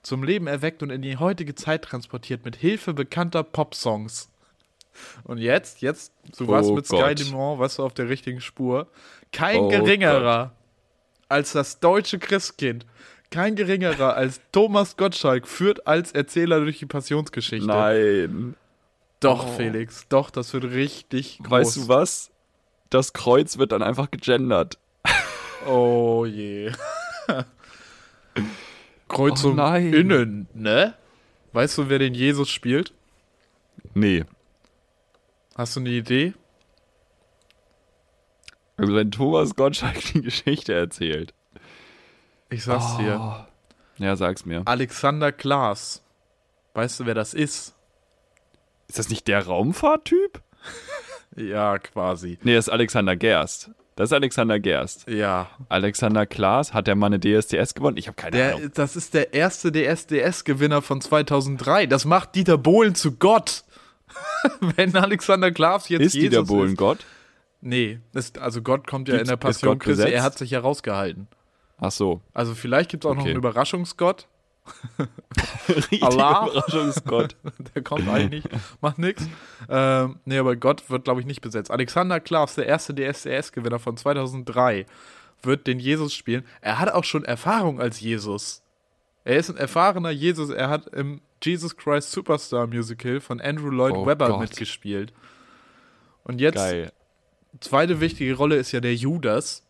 [SPEAKER 2] Zum Leben erweckt und in die heutige Zeit transportiert mit Hilfe bekannter Popsongs. Und jetzt, jetzt, du
[SPEAKER 1] Oh
[SPEAKER 2] warst mit Sky
[SPEAKER 1] Gott.
[SPEAKER 2] Dumont, warst du auf der richtigen Spur. Kein
[SPEAKER 1] Oh
[SPEAKER 2] geringerer als das deutsche Christkind. Kein geringerer als Thomas Gottschalk führt als Erzähler durch die Passionsgeschichte.
[SPEAKER 1] Nein.
[SPEAKER 2] Doch,
[SPEAKER 1] Oh.
[SPEAKER 2] Felix, doch, das wird richtig groß.
[SPEAKER 1] Weißt du was? Das Kreuz wird dann einfach gegendert.
[SPEAKER 2] Oh je. Kreuzung
[SPEAKER 1] Oh nein.
[SPEAKER 2] innen, ne? Weißt du, wer den Jesus spielt?
[SPEAKER 1] Nee.
[SPEAKER 2] Hast du eine Idee?
[SPEAKER 1] Also wenn Thomas Gottschalk die Geschichte erzählt.
[SPEAKER 2] Ich sag's
[SPEAKER 1] Oh.
[SPEAKER 2] dir.
[SPEAKER 1] Ja, sag's mir.
[SPEAKER 2] Alexander Klaas. Weißt du, wer das ist?
[SPEAKER 1] Ist das nicht der Raumfahrttyp?
[SPEAKER 2] Ja, quasi.
[SPEAKER 1] Nee, das ist Alexander Gerst. Das ist Alexander Gerst.
[SPEAKER 2] Ja.
[SPEAKER 1] Alexander Klaas, hat der mal eine DSDS gewonnen? Ich habe keine Ahnung.
[SPEAKER 2] Der, das ist der erste DSDS-Gewinner von 2003. Das macht Dieter Bohlen zu Gott. Wenn Alexander Klaas jetzt
[SPEAKER 1] Ist
[SPEAKER 2] Jesus
[SPEAKER 1] Dieter Bohlen
[SPEAKER 2] ist.
[SPEAKER 1] Gott?
[SPEAKER 2] Nee, ist, also Gott kommt ja in
[SPEAKER 1] Gibt's-
[SPEAKER 2] der
[SPEAKER 1] ist
[SPEAKER 2] Passion
[SPEAKER 1] Gott
[SPEAKER 2] Christi. Er
[SPEAKER 1] besetzt?
[SPEAKER 2] hat sich ja rausgehalten.
[SPEAKER 1] Ach so.
[SPEAKER 2] Also vielleicht gibt es auch noch
[SPEAKER 1] Okay.
[SPEAKER 2] einen Überraschungsgott.
[SPEAKER 1] Richtig
[SPEAKER 2] Allah?
[SPEAKER 1] Überraschungsgott.
[SPEAKER 2] Der kommt eigentlich, macht nix. Ähm, nee, aber Gott wird, glaube ich, nicht besetzt. Alexander Klaas, der erste DSDS-Gewinner von 2003, wird den Jesus spielen. Er hat auch schon Erfahrung als Jesus. Er ist ein erfahrener Jesus. Er hat im Jesus Christ Superstar Musical von Andrew Lloyd
[SPEAKER 1] Oh
[SPEAKER 2] Webber
[SPEAKER 1] Gott.
[SPEAKER 2] mitgespielt. Und jetzt,
[SPEAKER 1] Geil.
[SPEAKER 2] zweite wichtige Rolle ist ja der Judas.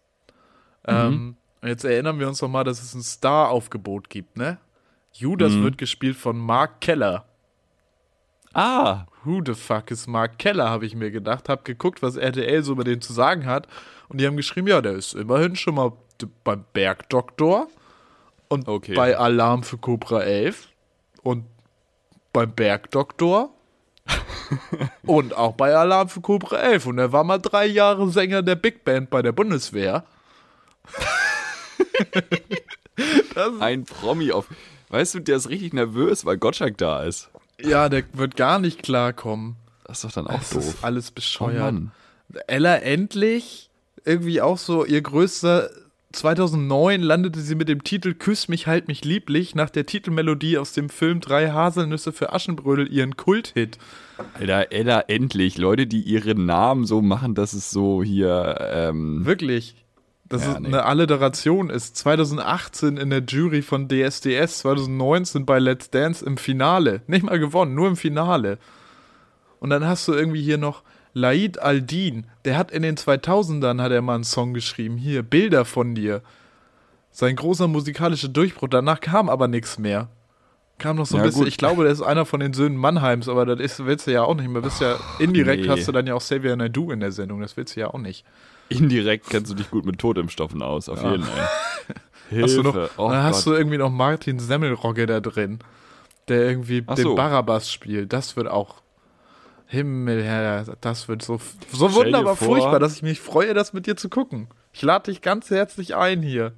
[SPEAKER 2] Ähm,
[SPEAKER 1] Mhm.
[SPEAKER 2] und jetzt erinnern wir uns nochmal, dass es ein Star-Aufgebot gibt, ne? Judas
[SPEAKER 1] Mhm.
[SPEAKER 2] wird gespielt von Mark Keller.
[SPEAKER 1] Ah,
[SPEAKER 2] Who the fuck is Mark Keller, habe ich mir gedacht, habe geguckt, was RTL so über den zu sagen hat. Und die haben geschrieben, ja, der ist immerhin schon mal d- beim Bergdoktor und
[SPEAKER 1] Okay.
[SPEAKER 2] bei Alarm für Cobra 11 und beim Bergdoktor und auch bei Alarm für Cobra 11. Und er war mal drei Jahre Sänger der Big Band bei der Bundeswehr.
[SPEAKER 1] ein Promi auf. Weißt du, der ist richtig nervös, weil Gottschalk da ist.
[SPEAKER 2] Ja, der wird gar nicht klarkommen.
[SPEAKER 1] Das ist doch dann auch
[SPEAKER 2] Das
[SPEAKER 1] doof.
[SPEAKER 2] ist alles
[SPEAKER 1] Oh
[SPEAKER 2] bescheuert.
[SPEAKER 1] Mann.
[SPEAKER 2] Ella endlich irgendwie auch so ihr größter 2009 landete sie mit dem Titel Küss mich halt mich lieblich nach der Titelmelodie aus dem Film Drei Haselnüsse für Aschenbrödel ihren Kulthit.
[SPEAKER 1] Alter, Ella, endlich. Leute, die ihren Namen so machen, dass es so hier. Ähm,
[SPEAKER 2] Wirklich. Das
[SPEAKER 1] Ja,
[SPEAKER 2] ist
[SPEAKER 1] nee.
[SPEAKER 2] eine Alliteration ist 2018 in der Jury von DSDS, 2019 bei Let's Dance im Finale. Nicht mal gewonnen, nur im Finale. Und dann hast du irgendwie hier noch Laid Aldin. Der hat in den 2000ern hat er mal einen Song geschrieben. Hier, Bilder von dir. Sein großer musikalischer Durchbruch. Danach kam aber nichts mehr. Kam noch so ein
[SPEAKER 1] Ja,
[SPEAKER 2] bisschen.
[SPEAKER 1] gut.
[SPEAKER 2] Ich glaube, der ist einer von den Söhnen Mannheims, aber das ist, willst du ja auch nicht mehr. Bist ja indirekt
[SPEAKER 1] nee.
[SPEAKER 2] hast du dann ja auch Xavier Naidoo in der Sendung. Das willst du ja auch nicht.
[SPEAKER 1] indirekt kennst du dich gut mit Totimpfstoffen aus, auf jeden Fall. Hilfe.
[SPEAKER 2] Hast du noch,
[SPEAKER 1] oh
[SPEAKER 2] dann
[SPEAKER 1] Gott.
[SPEAKER 2] hast du irgendwie noch Martin Semmelrogge da drin. der irgendwie
[SPEAKER 1] Ach
[SPEAKER 2] den
[SPEAKER 1] so.
[SPEAKER 2] Barabbas spielt. Das wird auch. Himmel, Herr, das wird so, so
[SPEAKER 1] Stell dir
[SPEAKER 2] wunderbar
[SPEAKER 1] vor-
[SPEAKER 2] furchtbar, dass ich mich freue, das mit dir zu gucken. Ich lade dich ganz herzlich ein hier.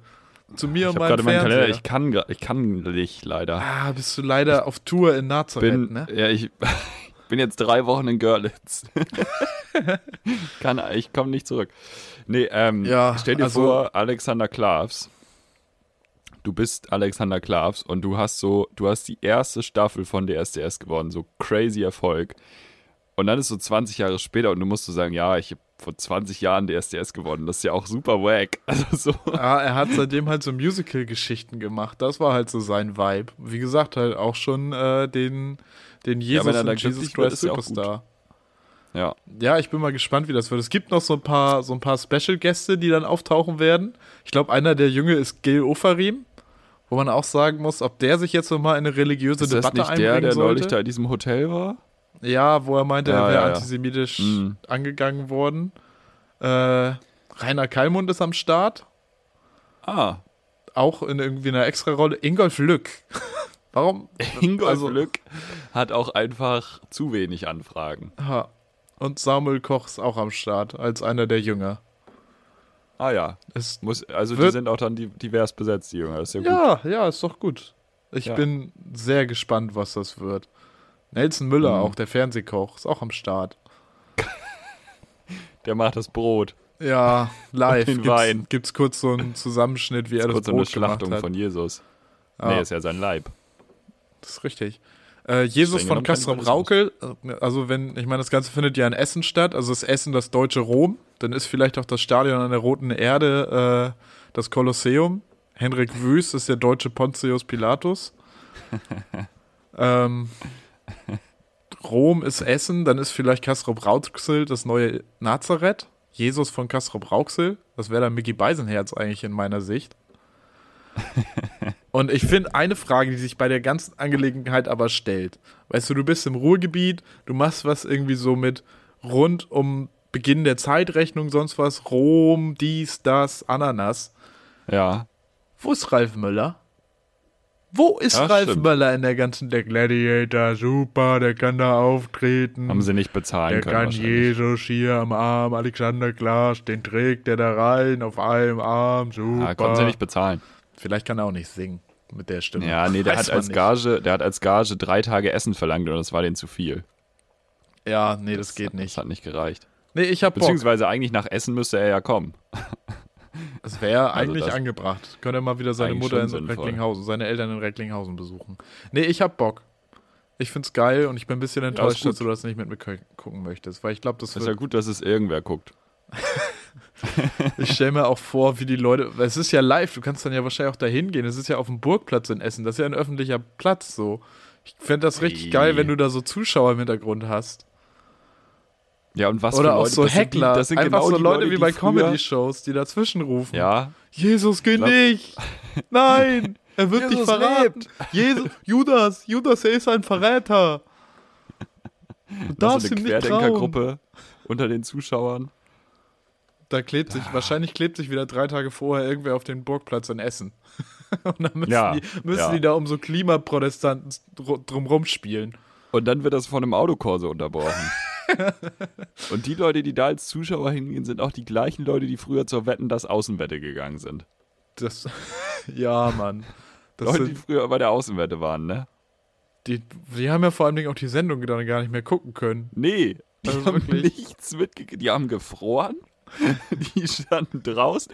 [SPEAKER 2] Zu mir
[SPEAKER 1] Ich
[SPEAKER 2] und
[SPEAKER 1] habe
[SPEAKER 2] meinem
[SPEAKER 1] gerade meinen
[SPEAKER 2] Fernseher.
[SPEAKER 1] Kalender, ich kann, gra- ich kann nicht leider.
[SPEAKER 2] ah, bist du leider auf Tour in Nazareth,
[SPEAKER 1] Bin,
[SPEAKER 2] ne?
[SPEAKER 1] ja, ich bin jetzt drei Wochen in Görlitz. kann, ich komme nicht zurück. Nee, ähm,
[SPEAKER 2] Ja,
[SPEAKER 1] stell dir
[SPEAKER 2] also-
[SPEAKER 1] vor, Alexander Klavs. Du bist Alexander Klavs und du hast so, du hast die erste Staffel von DSDS gewonnen, so crazy Erfolg. Und dann ist so 20 Jahre später und du musst so sagen, ja, ich habe vor 20 Jahren DSDS gewonnen. Das ist ja auch super wack. Also so.
[SPEAKER 2] Ah, er hat seitdem halt so Musical-Geschichten gemacht. Das war halt so sein Vibe. Wie gesagt, halt auch schon äh, den, den Jesus
[SPEAKER 1] wenn er da
[SPEAKER 2] und Jesus
[SPEAKER 1] glücklich wird,
[SPEAKER 2] Christ
[SPEAKER 1] ist ja auch gut.
[SPEAKER 2] Superstar.
[SPEAKER 1] Ja.
[SPEAKER 2] Ja, ich bin mal gespannt, wie das wird. Es gibt noch so ein paar, so ein paar Special-Gäste, die dann auftauchen werden. Ich glaube, einer der Jünger ist Gil Ofarim, wo man auch sagen muss, ob der sich jetzt nochmal in eine religiöse
[SPEAKER 1] Ist das
[SPEAKER 2] Debatte
[SPEAKER 1] nicht der,
[SPEAKER 2] einbringen
[SPEAKER 1] der neulich
[SPEAKER 2] sollte.
[SPEAKER 1] da in diesem Hotel war?
[SPEAKER 2] Ja, wo er meinte,
[SPEAKER 1] Ja,
[SPEAKER 2] er wäre
[SPEAKER 1] ja, ja.
[SPEAKER 2] antisemitisch
[SPEAKER 1] Mhm.
[SPEAKER 2] angegangen worden. Äh, Rainer Kallmund ist am Start,
[SPEAKER 1] Ah,
[SPEAKER 2] auch in irgendwie einer Extrarolle. Ingolf Lück. Warum?
[SPEAKER 1] Ingolf
[SPEAKER 2] Also-
[SPEAKER 1] Lück hat auch einfach zu wenig Anfragen.
[SPEAKER 2] Ha. Und Samuel Koch ist auch am Start, als einer der Jünger.
[SPEAKER 1] Ah ja,
[SPEAKER 2] Ist
[SPEAKER 1] muss, also die
[SPEAKER 2] Wird-
[SPEAKER 1] sind auch dann di- divers besetzt, die Jünger. Ist ja, gut.
[SPEAKER 2] Ja, ja, ist doch gut. Ich
[SPEAKER 1] Ja.
[SPEAKER 2] bin sehr gespannt, was das wird. Nelson Müller,
[SPEAKER 1] Mhm.
[SPEAKER 2] auch der Fernsehkoch, ist auch am Start.
[SPEAKER 1] Der macht das Brot.
[SPEAKER 2] Ja, live.
[SPEAKER 1] den
[SPEAKER 2] gibt's,
[SPEAKER 1] Wein.
[SPEAKER 2] gibt's kurz so einen Zusammenschnitt, wie er das
[SPEAKER 1] Kurz so
[SPEAKER 2] Brot
[SPEAKER 1] eine Schlachtung
[SPEAKER 2] gemacht hat.
[SPEAKER 1] von Jesus.
[SPEAKER 2] Ah.
[SPEAKER 1] Nee, ist ja sein Leib.
[SPEAKER 2] Das ist richtig. Äh, Jesus
[SPEAKER 1] Streng
[SPEAKER 2] von
[SPEAKER 1] genommen keine
[SPEAKER 2] Castrum Raukel, also wenn, ich meine, das Ganze findet ja in Essen statt, also ist Essen das deutsche Rom, dann ist vielleicht auch das Stadion an der Roten Erde äh, das Kolosseum. Henrik Wüst ist der deutsche Pontius Pilatus. ähm, Rom ist Essen, dann ist vielleicht Castrum Rauxel das neue Nazareth. Jesus von Castrum Rauxel, das wäre dann Mickey Beisenherz eigentlich in meiner Sicht. Und ich finde eine Frage, die sich bei der ganzen Angelegenheit aber stellt. Weißt du, du bist im Ruhrgebiet, du machst was irgendwie so mit rund um Beginn der Zeitrechnung, sonst was, Rom, dies, das, Ananas.
[SPEAKER 1] Ja.
[SPEAKER 2] Wo ist Ralf Möller? Wo ist
[SPEAKER 1] Ja,
[SPEAKER 2] Ralf
[SPEAKER 1] stimmt.
[SPEAKER 2] Möller in der ganzen, der Gladiator, super, der kann da auftreten.
[SPEAKER 1] Haben sie nicht bezahlen
[SPEAKER 2] Der
[SPEAKER 1] können
[SPEAKER 2] kann
[SPEAKER 1] wahrscheinlich.
[SPEAKER 2] Jesus hier am Arm, Alexander Klaas, den trägt der da rein auf einem Arm, super.
[SPEAKER 1] Ah, konnten sie nicht bezahlen.
[SPEAKER 2] Vielleicht kann er auch nicht singen mit der Stimme.
[SPEAKER 1] Ja, nee, der
[SPEAKER 2] Weiß
[SPEAKER 1] hat,
[SPEAKER 2] man
[SPEAKER 1] als
[SPEAKER 2] nicht.
[SPEAKER 1] Gage, der hat als Gage drei Tage Essen verlangt und das war denen zu viel.
[SPEAKER 2] Ja, nee, das geht
[SPEAKER 1] Das
[SPEAKER 2] nicht.
[SPEAKER 1] hat nicht gereicht.
[SPEAKER 2] Nee, ich hab Bock.
[SPEAKER 1] Beziehungsweise eigentlich nach Essen müsste er ja kommen.
[SPEAKER 2] Das wäre eigentlich
[SPEAKER 1] also das-
[SPEAKER 2] angebracht. Könnte er mal wieder seine
[SPEAKER 1] Eigentlich
[SPEAKER 2] Mutter in
[SPEAKER 1] schon sinnvoll.
[SPEAKER 2] Recklinghausen, seine Eltern in Recklinghausen besuchen. Nee, ich hab Bock. Ich find's geil und ich bin ein bisschen enttäuscht,
[SPEAKER 1] gut.
[SPEAKER 2] dass du das nicht mit mir kö- gucken möchtest, weil ich glaube, das
[SPEAKER 1] Ist ja
[SPEAKER 2] wird,
[SPEAKER 1] gut, dass es irgendwer guckt.
[SPEAKER 2] ich stelle mir auch vor, wie die Leute, weil es ist ja live, du kannst dann ja wahrscheinlich auch da hingehen, es ist ja auf dem Burgplatz in Essen, das ist ja ein öffentlicher Platz so. Ich fände das richtig
[SPEAKER 1] Ey.
[SPEAKER 2] geil, wenn du da so Zuschauer im Hintergrund hast.
[SPEAKER 1] Ja, und was
[SPEAKER 2] Oder
[SPEAKER 1] für
[SPEAKER 2] auch
[SPEAKER 1] Leute,
[SPEAKER 2] so
[SPEAKER 1] das sind die-
[SPEAKER 2] Heckler,
[SPEAKER 1] das sind
[SPEAKER 2] einfach
[SPEAKER 1] genau
[SPEAKER 2] so
[SPEAKER 1] die
[SPEAKER 2] Leute, wie
[SPEAKER 1] die
[SPEAKER 2] bei
[SPEAKER 1] früher-
[SPEAKER 2] Comedy-Shows, die dazwischen rufen.
[SPEAKER 1] Ja,
[SPEAKER 2] Jesus, geh
[SPEAKER 1] Glaub-
[SPEAKER 2] nicht! Nein! Er wird dich
[SPEAKER 1] Jesus
[SPEAKER 2] verraten! Jesus, Judas, Judas, er ist ein Verräter! Du
[SPEAKER 1] Da
[SPEAKER 2] darfst
[SPEAKER 1] so Also eine
[SPEAKER 2] ihm nicht trauen.
[SPEAKER 1] Querdenkergruppe unter den Zuschauern.
[SPEAKER 2] Da klebt
[SPEAKER 1] Ah.
[SPEAKER 2] sich, wahrscheinlich klebt sich wieder drei Tage vorher irgendwer auf den Burgplatz in Essen. Und dann müssen,
[SPEAKER 1] Ja,
[SPEAKER 2] die, müssen
[SPEAKER 1] ja.
[SPEAKER 2] die da um so Klimaprotestanten dr- drumrum spielen.
[SPEAKER 1] Und dann wird das von einem Autokorso unterbrochen. Und die Leute, die da als Zuschauer hingehen, sind auch die gleichen Leute, die früher zur Wetten das Außenwette gegangen sind.
[SPEAKER 2] Das, ja, Mann. Das
[SPEAKER 1] Leute, die
[SPEAKER 2] sind,
[SPEAKER 1] früher bei der Außenwette waren, ne?
[SPEAKER 2] die, die haben ja vor allen Dingen auch die Sendung dann gar nicht mehr gucken können.
[SPEAKER 1] Nee, die
[SPEAKER 2] Also
[SPEAKER 1] haben
[SPEAKER 2] wirklich?
[SPEAKER 1] nichts mitgekriegt. Die haben gefroren. Die standen draußen.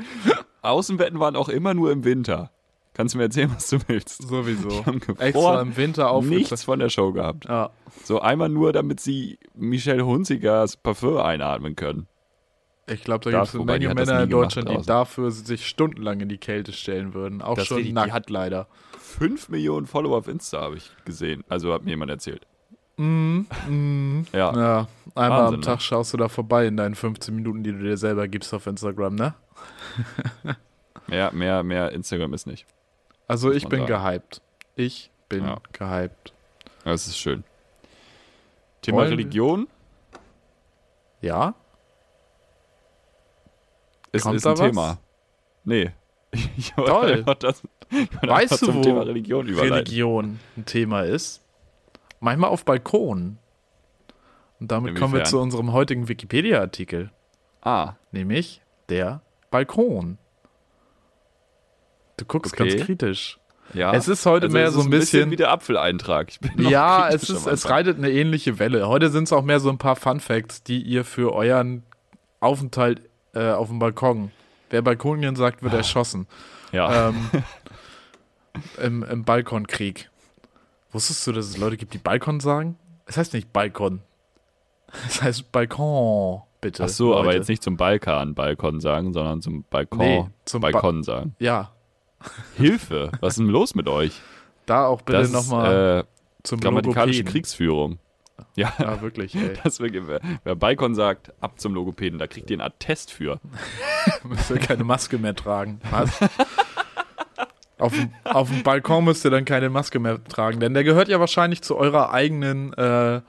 [SPEAKER 1] Außenwetten waren auch immer nur im Winter. Kannst du mir erzählen, was du willst.
[SPEAKER 2] Sowieso.
[SPEAKER 1] haben gefroren.
[SPEAKER 2] Extra im Winter
[SPEAKER 1] Nichts
[SPEAKER 2] aufgezeigt.
[SPEAKER 1] von der Show gehabt.
[SPEAKER 2] Ja.
[SPEAKER 1] So einmal nur, damit sie Michelle Hunzigers Parfüm einatmen können.
[SPEAKER 2] Ich glaube, da
[SPEAKER 1] Darf,
[SPEAKER 2] gibt es eine
[SPEAKER 1] wobei, die
[SPEAKER 2] Menge
[SPEAKER 1] hat das
[SPEAKER 2] Männer
[SPEAKER 1] nie
[SPEAKER 2] in
[SPEAKER 1] gemacht
[SPEAKER 2] Deutschland, die
[SPEAKER 1] draußen.
[SPEAKER 2] dafür sich stundenlang in die Kälte stellen würden. Auch
[SPEAKER 1] Das
[SPEAKER 2] schon
[SPEAKER 1] richtig, die
[SPEAKER 2] nackt
[SPEAKER 1] hat-
[SPEAKER 2] leider.
[SPEAKER 1] 5 Millionen Follower auf Insta habe ich gesehen. Also hat mir jemand erzählt.
[SPEAKER 2] Mm,
[SPEAKER 1] Ja.
[SPEAKER 2] Ja,
[SPEAKER 1] Ah,
[SPEAKER 2] einmal
[SPEAKER 1] Wahnsinn,
[SPEAKER 2] am
[SPEAKER 1] ne?
[SPEAKER 2] Tag schaust du da vorbei in deinen 15 Minuten, die du dir selber gibst auf Instagram, ne?
[SPEAKER 1] Mehr, mehr, mehr Instagram ist nicht.
[SPEAKER 2] Also ich
[SPEAKER 1] man
[SPEAKER 2] bin
[SPEAKER 1] sagen.
[SPEAKER 2] gehypt. Ich bin
[SPEAKER 1] Ja.
[SPEAKER 2] gehypt.
[SPEAKER 1] Das ist schön. Thema
[SPEAKER 2] Wollen wir-
[SPEAKER 1] Religion
[SPEAKER 2] Ja?
[SPEAKER 1] ist,
[SPEAKER 2] Kommt
[SPEAKER 1] ist ein
[SPEAKER 2] da was?
[SPEAKER 1] Thema. Nee. Ich wollte
[SPEAKER 2] Toll.
[SPEAKER 1] einfach das, ich wollte
[SPEAKER 2] Weißt
[SPEAKER 1] einfach
[SPEAKER 2] du,
[SPEAKER 1] zum
[SPEAKER 2] wo
[SPEAKER 1] Thema Religion überleiten.
[SPEAKER 2] Religion ein Thema ist. Manchmal auf Balkonen. Und damit kommen wir
[SPEAKER 1] Inwiefern?
[SPEAKER 2] zu unserem heutigen Wikipedia-Artikel,
[SPEAKER 1] Ah,
[SPEAKER 2] nämlich der Balkon. Du guckst
[SPEAKER 1] Okay.
[SPEAKER 2] ganz kritisch.
[SPEAKER 1] ja. Also
[SPEAKER 2] Es ist heute mehr
[SPEAKER 1] es
[SPEAKER 2] so
[SPEAKER 1] ist
[SPEAKER 2] ein bisschen-
[SPEAKER 1] wie der Apfeleintrag. Ich bin noch
[SPEAKER 2] Ja,
[SPEAKER 1] kritisch
[SPEAKER 2] es,
[SPEAKER 1] am
[SPEAKER 2] ist,
[SPEAKER 1] Anfang.
[SPEAKER 2] es reitet eine ähnliche Welle. Heute sind es auch mehr so ein paar Fun Facts, die ihr für euren Aufenthalt äh, auf dem Balkon. Wer Balkonien sagt,
[SPEAKER 1] Ah.
[SPEAKER 2] wird erschossen.
[SPEAKER 1] Ja.
[SPEAKER 2] ähm, Im im Balkonkrieg. Wusstest du, dass es Leute gibt, die Balkon sagen? Es heißt nicht Balkon. Es heißt Balkon, bitte.
[SPEAKER 1] Ach so,
[SPEAKER 2] Leute.
[SPEAKER 1] aber jetzt nicht zum Balkan Balkon sagen, sondern zum Balkon
[SPEAKER 2] Nee, zum Ba-
[SPEAKER 1] Balkon sagen.
[SPEAKER 2] Ja,
[SPEAKER 1] Hilfe, was ist denn los mit euch?
[SPEAKER 2] da auch bitte
[SPEAKER 1] Das
[SPEAKER 2] nochmal
[SPEAKER 1] ist äh,
[SPEAKER 2] zum
[SPEAKER 1] grammatikalische
[SPEAKER 2] Logopäden.
[SPEAKER 1] Kriegsführung. Ja,
[SPEAKER 2] Ja, wirklich, ey.
[SPEAKER 1] das wirklich, wer, wer Balkon sagt, ab zum Logopäden, da kriegt ihr einen Attest für.
[SPEAKER 2] müsst ihr keine Maske mehr tragen. Was? auf, dem- auf dem Balkon müsst ihr dann keine Maske mehr tragen, denn der gehört ja wahrscheinlich zu eurer eigenen, äh,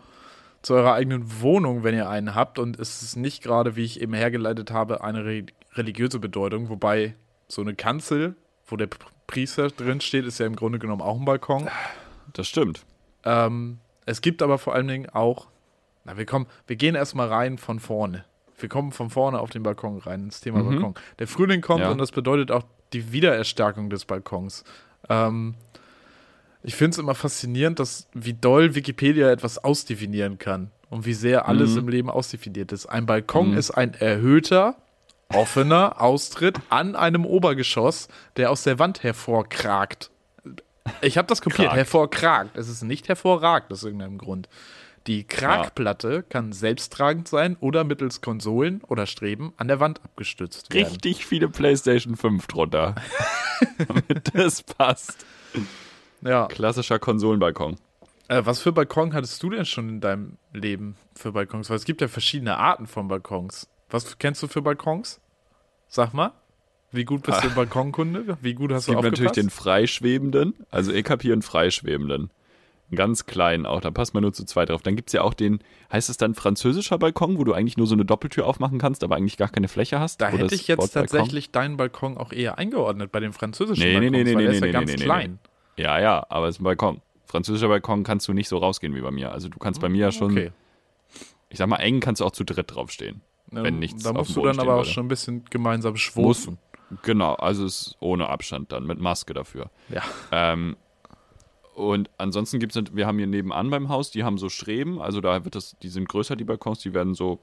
[SPEAKER 2] zu eurer eigenen Wohnung, wenn ihr einen habt. Und es ist nicht gerade, wie ich eben hergeleitet habe, eine re religiöse Bedeutung, wobei so eine Kanzel, wo der Pri- Priester drin steht, ist ja im Grunde genommen auch ein Balkon.
[SPEAKER 1] Das stimmt.
[SPEAKER 2] Ähm, es gibt aber vor allen Dingen auch, na, wir kommen, wir gehen erstmal rein von vorne. Wir kommen von vorne auf den Balkon rein, ins Thema Balkon. Der Frühling kommt
[SPEAKER 1] Ja.
[SPEAKER 2] und das bedeutet auch die Wiedererstarkung des Balkons. Ähm, ich finde es immer faszinierend, dass, wie doll Wikipedia etwas ausdefinieren kann und wie sehr alles
[SPEAKER 1] Mhm.
[SPEAKER 2] im Leben ausdefiniert ist. Ein Balkon ist ein erhöhter, offener Austritt an einem Obergeschoss, der aus der Wand hervorkragt. Ich habe das kopiert.
[SPEAKER 1] Kragt.
[SPEAKER 2] Hervorkragt. Es ist nicht hervorragt aus irgendeinem Grund. Die Kragplatte kann selbsttragend sein oder mittels Konsolen oder Streben an der Wand abgestützt werden.
[SPEAKER 1] Richtig viele PlayStation 5 drunter. Damit das passt.
[SPEAKER 2] Ja.
[SPEAKER 1] Klassischer Konsolenbalkon.
[SPEAKER 2] Äh, was für Balkon hattest du denn schon in deinem Leben für Balkons? Weil es gibt ja verschiedene Arten von Balkons. Was kennst du für Balkons? Sag mal. Wie gut bist du im Balkonkunde? Wie gut
[SPEAKER 1] Ah.
[SPEAKER 2] hast
[SPEAKER 1] Es
[SPEAKER 2] du
[SPEAKER 1] gibt natürlich
[SPEAKER 2] aufgepasst?
[SPEAKER 1] den Freischwebenden. Also ich habe hier einen Freischwebenden. Einen ganz kleinen auch. Da passt man nur zu zwei drauf. Dann gibt es ja auch den, heißt es dann französischer Balkon, wo du eigentlich nur so eine Doppeltür aufmachen kannst, aber eigentlich gar keine Fläche hast?
[SPEAKER 2] da
[SPEAKER 1] Wo das
[SPEAKER 2] hätte ich jetzt
[SPEAKER 1] Wort Balkon-
[SPEAKER 2] tatsächlich deinen Balkon auch eher eingeordnet bei den französischen
[SPEAKER 1] Nee, nee,
[SPEAKER 2] Balkons,
[SPEAKER 1] nee, nee,
[SPEAKER 2] weil der
[SPEAKER 1] nee,
[SPEAKER 2] ist ja
[SPEAKER 1] nee,
[SPEAKER 2] ganz
[SPEAKER 1] nee, nee,
[SPEAKER 2] klein.
[SPEAKER 1] Ja, ja, aber es ist ein Balkon. Französischer Balkon kannst du nicht so rausgehen wie bei mir. Also du kannst bei mir ja schon,
[SPEAKER 2] Okay.
[SPEAKER 1] ich sag mal, eng kannst du auch zu dritt draufstehen. wenn nichts
[SPEAKER 2] Ähm, da
[SPEAKER 1] auf
[SPEAKER 2] musst
[SPEAKER 1] dem
[SPEAKER 2] du
[SPEAKER 1] Boden
[SPEAKER 2] dann
[SPEAKER 1] stehen
[SPEAKER 2] aber auch
[SPEAKER 1] würde.
[SPEAKER 2] schon ein bisschen gemeinsam
[SPEAKER 1] Muss,
[SPEAKER 2] schwufen.
[SPEAKER 1] genau, also es ist ohne Abstand dann, mit Maske dafür.
[SPEAKER 2] Ja.
[SPEAKER 1] Ähm, und ansonsten gibt es, wir haben hier nebenan beim Haus, die haben so Streben, also da wird das, die sind größer, die Balkons, die werden so,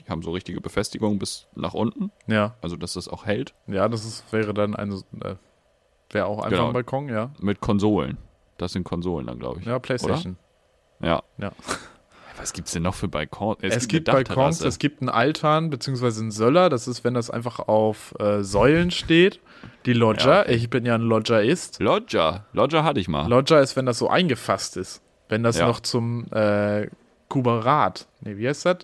[SPEAKER 1] die haben so richtige Befestigung bis nach unten,
[SPEAKER 2] ja.
[SPEAKER 1] also dass das auch hält,
[SPEAKER 2] Ja, das ist, wäre dann ein äh, wäre auch einfach
[SPEAKER 1] Genau.
[SPEAKER 2] ein Balkon, ja.
[SPEAKER 1] mit Konsolen. Das sind Konsolen dann, glaube ich.
[SPEAKER 2] Ja, Playstation.
[SPEAKER 1] Oder? Ja.
[SPEAKER 2] Ja.
[SPEAKER 1] Was gibt's denn noch für Balkons?
[SPEAKER 2] Es, gibt,
[SPEAKER 1] eine
[SPEAKER 2] Balkons,
[SPEAKER 1] Dachterrasse.
[SPEAKER 2] es gibt einen Altan beziehungsweise einen Söller, das ist, wenn das einfach auf äh, Säulen steht. Die Loggia,
[SPEAKER 1] Ja, okay.
[SPEAKER 2] ich bin ja ein Loggiaist.
[SPEAKER 1] Lodger. Lodger hatte ich mal.
[SPEAKER 2] Loggia ist, wenn das so eingefasst ist. Wenn das
[SPEAKER 1] Ja.
[SPEAKER 2] noch zum äh, Kuberat, nee, wie heißt das?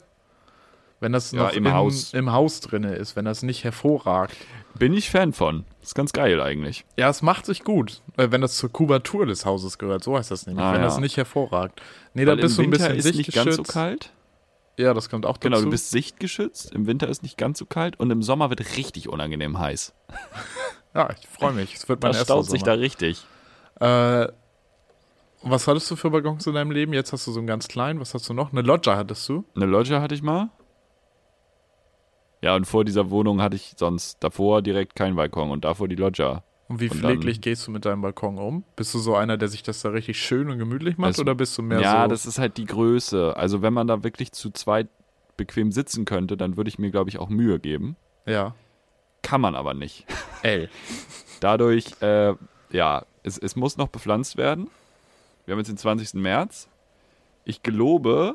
[SPEAKER 2] Wenn das
[SPEAKER 1] Ja,
[SPEAKER 2] noch
[SPEAKER 1] im
[SPEAKER 2] in,
[SPEAKER 1] Haus.
[SPEAKER 2] im Haus drin ist, wenn das nicht hervorragt.
[SPEAKER 1] Bin ich Fan von. Ist ganz geil eigentlich.
[SPEAKER 2] Ja, es macht sich gut, äh, wenn das zur Kubatur des Hauses gehört. So heißt das nämlich,
[SPEAKER 1] Ah,
[SPEAKER 2] wenn
[SPEAKER 1] ja.
[SPEAKER 2] das nicht hervorragt. Nee, da
[SPEAKER 1] Weil
[SPEAKER 2] bist du
[SPEAKER 1] im
[SPEAKER 2] ein
[SPEAKER 1] Winter
[SPEAKER 2] bisschen
[SPEAKER 1] ist nicht ganz so
[SPEAKER 2] sichtgeschützt.
[SPEAKER 1] kalt.
[SPEAKER 2] ja, das kommt auch
[SPEAKER 1] Genau,
[SPEAKER 2] dazu.
[SPEAKER 1] du bist sichtgeschützt. Im Winter ist nicht ganz so kalt und im Sommer wird richtig unangenehm heiß.
[SPEAKER 2] ja, ich freue mich. Es wird mein
[SPEAKER 1] Man
[SPEAKER 2] erster
[SPEAKER 1] staut sich
[SPEAKER 2] Sommer.
[SPEAKER 1] da richtig.
[SPEAKER 2] Äh, was hattest du für Balkons in deinem Leben? Jetzt hast du so einen ganz kleinen. Was hast du noch? Eine Loggia hattest du?
[SPEAKER 1] Eine Loggia hatte ich mal. Ja, und vor dieser Wohnung hatte ich sonst davor direkt keinen Balkon und davor die Loggia.
[SPEAKER 2] Und wie
[SPEAKER 1] Und
[SPEAKER 2] pfleglich gehst du mit deinem Balkon um? Bist du so einer, der sich das da richtig schön und gemütlich macht?
[SPEAKER 1] Das-
[SPEAKER 2] oder bist du mehr
[SPEAKER 1] Ja,
[SPEAKER 2] so.
[SPEAKER 1] das ist halt die Größe. Also wenn man da wirklich zu zweit bequem sitzen könnte, dann würde ich mir, glaube ich, auch Mühe geben.
[SPEAKER 2] ja.
[SPEAKER 1] Kann man aber nicht.
[SPEAKER 2] L.
[SPEAKER 1] Dadurch, äh, ja, es, es muss noch bepflanzt werden. Wir haben jetzt den 20. März. Ich gelobe,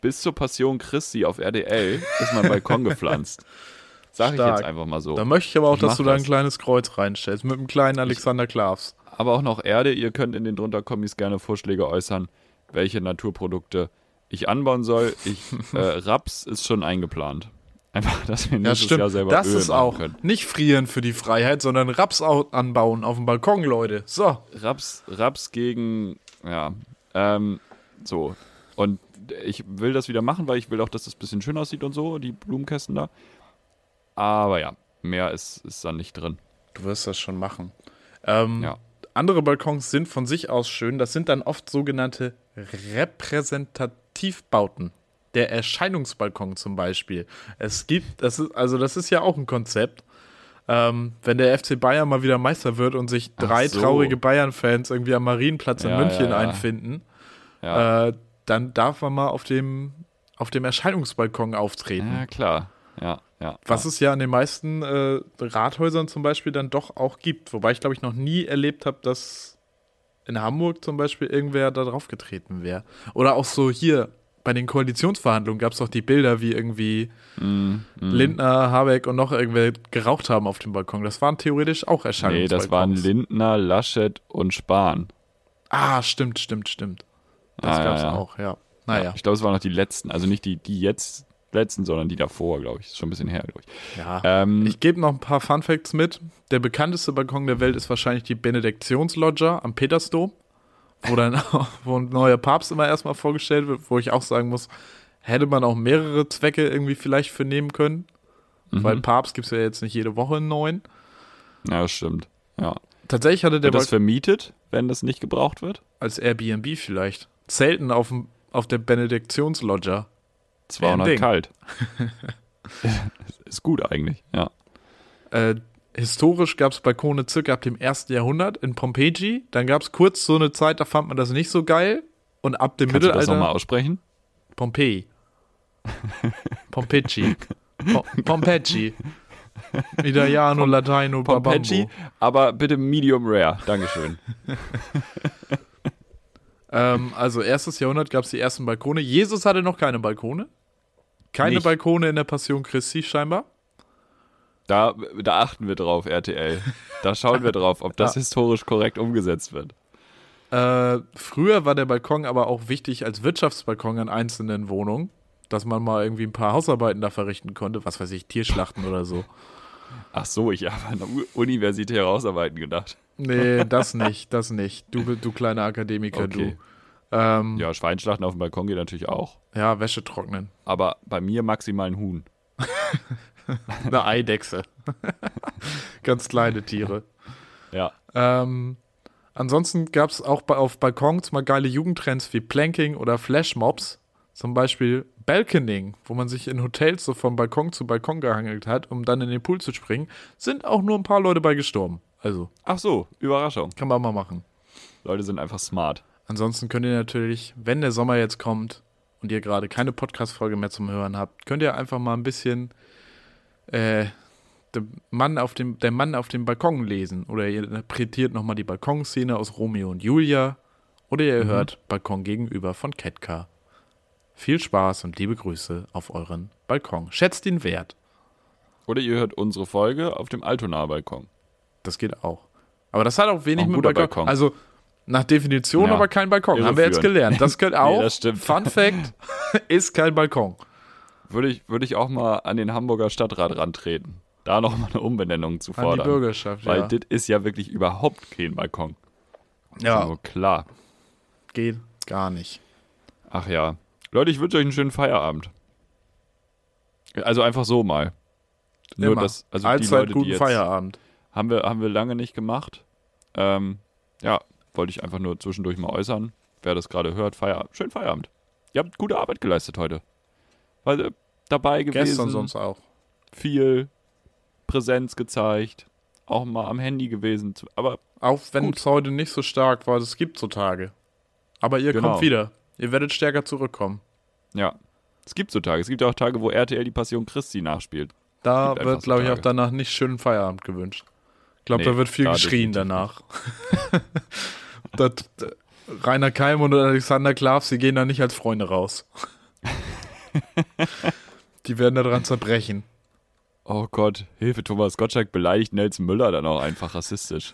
[SPEAKER 1] bis zur Passion Christi auf RDL ist mein Balkon gepflanzt. Sag ich
[SPEAKER 2] Stark.
[SPEAKER 1] jetzt einfach mal so.
[SPEAKER 2] Da möchte ich aber auch,
[SPEAKER 1] Ich
[SPEAKER 2] dass
[SPEAKER 1] mach
[SPEAKER 2] du da ein
[SPEAKER 1] das.
[SPEAKER 2] kleines Kreuz reinstellst. Mit einem kleinen Alexander Klavs.
[SPEAKER 1] Aber auch noch Erde. Ihr könnt in den drunter Kommis gerne Vorschläge äußern, welche Naturprodukte ich anbauen soll. Ich, äh, Raps ist schon eingeplant. Einfach, dass wir
[SPEAKER 2] Ja,
[SPEAKER 1] nächstes
[SPEAKER 2] stimmt.
[SPEAKER 1] Jahr selber
[SPEAKER 2] das
[SPEAKER 1] Öl
[SPEAKER 2] ist
[SPEAKER 1] machen
[SPEAKER 2] auch
[SPEAKER 1] können.
[SPEAKER 2] nicht frieren für die Freiheit, sondern Raps au- anbauen auf dem Balkon, Leute. So,
[SPEAKER 1] Raps, Raps gegen, ja, ähm, so. Und ich will das wieder machen, weil ich will auch, dass das ein bisschen schön aussieht und so, die Blumenkästen da. Aber ja, mehr ist, ist dann nicht drin.
[SPEAKER 2] du wirst das schon machen. Ähm,
[SPEAKER 1] Ja.
[SPEAKER 2] Andere Balkons sind von sich aus schön. Das sind dann oft sogenannte Repräsentativbauten. Der Erscheinungsbalkon zum Beispiel. Es gibt, das ist, also das ist ja auch ein Konzept. Ähm, wenn der FC Bayern mal wieder Meister wird und sich
[SPEAKER 1] Ach
[SPEAKER 2] drei
[SPEAKER 1] so.
[SPEAKER 2] traurige Bayern-Fans irgendwie am Marienplatz in
[SPEAKER 1] Ja,
[SPEAKER 2] München
[SPEAKER 1] ja, ja.
[SPEAKER 2] einfinden,
[SPEAKER 1] Ja,
[SPEAKER 2] äh, dann darf man mal auf dem, auf dem Erscheinungsbalkon auftreten.
[SPEAKER 1] ja klar. Ja, ja.
[SPEAKER 2] Mhm. Was es ja an den meisten äh, Rathäusern zum Beispiel dann doch auch gibt. Wobei ich, glaube ich, noch nie erlebt habe, dass in Hamburg zum Beispiel irgendwer da draufgetreten wäre. Oder auch so hier bei den Koalitionsverhandlungen gab es doch die Bilder, wie irgendwie
[SPEAKER 1] Mhm.
[SPEAKER 2] Lindner, Habeck und noch irgendwer geraucht haben auf dem Balkon. Das waren theoretisch auch
[SPEAKER 1] ja. Nee, das waren
[SPEAKER 2] Erscheinungsbalkons.
[SPEAKER 1] Lindner, Laschet und Spahn.
[SPEAKER 2] Ah, stimmt, stimmt, stimmt. Das
[SPEAKER 1] Ah, ja,
[SPEAKER 2] gab es
[SPEAKER 1] ja.
[SPEAKER 2] auch, Ah, ja. Naja.
[SPEAKER 1] Ich glaube, es waren noch die letzten. Also nicht die, die jetzt letzten, sondern die davor, glaube ich. Ist schon ein bisschen her, glaube ich.
[SPEAKER 2] Ja.
[SPEAKER 1] Ähm,
[SPEAKER 2] Ich gebe noch ein paar Fun Facts mit. Der bekannteste Balkon der Welt ist wahrscheinlich die Benediktionsloggia am Petersdom, wo dann wo ein neuer Papst immer erstmal vorgestellt wird, wo ich auch sagen muss, hätte man auch mehrere Zwecke irgendwie vielleicht für nehmen können,
[SPEAKER 1] Mhm.
[SPEAKER 2] weil Papst gibt es ja jetzt nicht jede Woche einen neuen.
[SPEAKER 1] ja, das stimmt. Ja.
[SPEAKER 2] Tatsächlich hatte der
[SPEAKER 1] Wird das
[SPEAKER 2] Balkon
[SPEAKER 1] vermietet, wenn das nicht gebraucht wird?
[SPEAKER 2] als Airbnb vielleicht Zelten auf, dem, auf der Benediktionsloggia.
[SPEAKER 1] 200
[SPEAKER 2] Ding.
[SPEAKER 1] kalt. ist gut eigentlich, ja.
[SPEAKER 2] Äh, historisch gab es Balkone circa ab dem ersten Jahrhundert in Pompeji. Dann gab es kurz so eine Zeit, da fand man das nicht so geil. Und ab dem
[SPEAKER 1] Kannst du das
[SPEAKER 2] Mittelalter.
[SPEAKER 1] nochmal aussprechen?
[SPEAKER 2] Pompeji. Pompeji. Po Pompeji. Italiano, Latino,
[SPEAKER 1] Pompeji,
[SPEAKER 2] Babambo.
[SPEAKER 1] aber bitte medium rare. Dankeschön.
[SPEAKER 2] Ähm, also erstes Jahrhundert gab es die ersten Balkone. Jesus hatte noch keine Balkone. Keine
[SPEAKER 1] Nicht.
[SPEAKER 2] Balkone in der Passion Christi scheinbar.
[SPEAKER 1] Da, da achten wir drauf, RTL. Da schauen wir drauf, ob das historisch korrekt umgesetzt wird.
[SPEAKER 2] Äh, früher war der Balkon aber auch wichtig als Wirtschaftsbalkon an einzelnen Wohnungen, dass man mal irgendwie ein paar Hausarbeiten da verrichten konnte, was weiß ich, Tierschlachten oder so.
[SPEAKER 1] Ach so, ich habe an der U- universitäre Hausarbeiten gedacht.
[SPEAKER 2] Nee, das nicht, das nicht. Du, du kleiner Akademiker,
[SPEAKER 1] Okay.
[SPEAKER 2] du. Ähm,
[SPEAKER 1] Ja, Schweinschlachten auf dem Balkon geht natürlich auch.
[SPEAKER 2] ja, Wäsche trocknen.
[SPEAKER 1] Aber bei mir maximal ein Huhn.
[SPEAKER 2] Eine Eidechse. Ganz kleine Tiere.
[SPEAKER 1] Ja.
[SPEAKER 2] Ähm, ansonsten gab es auch bei, auf Balkons mal geile Jugendtrends wie Planking oder Flashmobs. Zum Beispiel Balconing, wo man sich in Hotels so von Balkon zu Balkon gehangelt hat, um dann in den Pool zu springen. Sind auch nur ein paar Leute bei gestorben. Also,
[SPEAKER 1] Ach so, Überraschung.
[SPEAKER 2] kann man mal machen.
[SPEAKER 1] Leute sind einfach smart.
[SPEAKER 2] Ansonsten könnt ihr natürlich, wenn der Sommer jetzt kommt und ihr gerade keine Podcast-Folge mehr zum Hören habt, könnt ihr einfach mal ein bisschen äh, der, Mann auf dem, der Mann auf dem Balkon lesen. Oder ihr interpretiert nochmal die Balkonszene aus Romeo und Julia. Oder ihr hört Balkon gegenüber von Ketka. Viel Spaß und liebe Grüße auf euren Balkon. Schätzt ihn wert.
[SPEAKER 1] Oder ihr hört unsere Folge auf dem Altonaer Balkon.
[SPEAKER 2] Das geht auch. Aber das hat auch wenig
[SPEAKER 1] Auch ein
[SPEAKER 2] mit
[SPEAKER 1] guter
[SPEAKER 2] Balkon.
[SPEAKER 1] Balkon.
[SPEAKER 2] Also nach Definition
[SPEAKER 1] Ja.
[SPEAKER 2] aber kein Balkon. Haben wir jetzt
[SPEAKER 1] Irreführend.
[SPEAKER 2] gelernt. Das gehört auch.
[SPEAKER 1] das stimmt.
[SPEAKER 2] Fun Fact ist kein Balkon.
[SPEAKER 1] Würde ich, würde ich auch mal an den Hamburger Stadtrat rantreten. Da nochmal eine Umbenennung zu
[SPEAKER 2] An
[SPEAKER 1] fordern.
[SPEAKER 2] die Bürgerschaft.
[SPEAKER 1] Weil
[SPEAKER 2] ja.
[SPEAKER 1] das ist ja wirklich überhaupt kein Balkon.
[SPEAKER 2] ja,
[SPEAKER 1] Also klar.
[SPEAKER 2] geht gar nicht.
[SPEAKER 1] Ach ja. Leute, ich wünsche euch einen schönen Feierabend. Also einfach so mal. Nur
[SPEAKER 2] Immer.
[SPEAKER 1] das, also die
[SPEAKER 2] Allzeit
[SPEAKER 1] Leute,
[SPEAKER 2] guten
[SPEAKER 1] die jetzt
[SPEAKER 2] Feierabend.
[SPEAKER 1] haben wir haben wir lange nicht gemacht. Ähm, ja, wollte ich einfach nur zwischendurch mal äußern. Wer das gerade hört, Feierabend, schönen Feierabend. Ihr habt gute Arbeit geleistet heute. Weil äh, dabei gewesen,
[SPEAKER 2] Gestern sonst auch.
[SPEAKER 1] viel Präsenz gezeigt, auch mal am Handy gewesen, zu- aber
[SPEAKER 2] Auch wenn
[SPEAKER 1] Gut.
[SPEAKER 2] es heute nicht so stark war, es gibt so Tage. Aber ihr
[SPEAKER 1] Genau.
[SPEAKER 2] kommt wieder. Ihr werdet stärker zurückkommen.
[SPEAKER 1] ja. Es gibt so Tage, es gibt auch Tage, wo RTL die Passion Christi nachspielt.
[SPEAKER 2] Da
[SPEAKER 1] gibt einfach
[SPEAKER 2] wird,
[SPEAKER 1] so
[SPEAKER 2] glaube ich, auch
[SPEAKER 1] Tage.
[SPEAKER 2] danach nicht schönen Feierabend gewünscht. Ich glaube,
[SPEAKER 1] Nee,
[SPEAKER 2] da wird viel
[SPEAKER 1] da
[SPEAKER 2] geschrien
[SPEAKER 1] definitiv
[SPEAKER 2] danach. das, d- Rainer Keim und Alexander Klav, sie gehen da nicht als Freunde raus. Die werden daran zerbrechen.
[SPEAKER 1] Oh Gott, Hilfe, Thomas Gottschalk beleidigt Nelson Müller dann auch einfach rassistisch.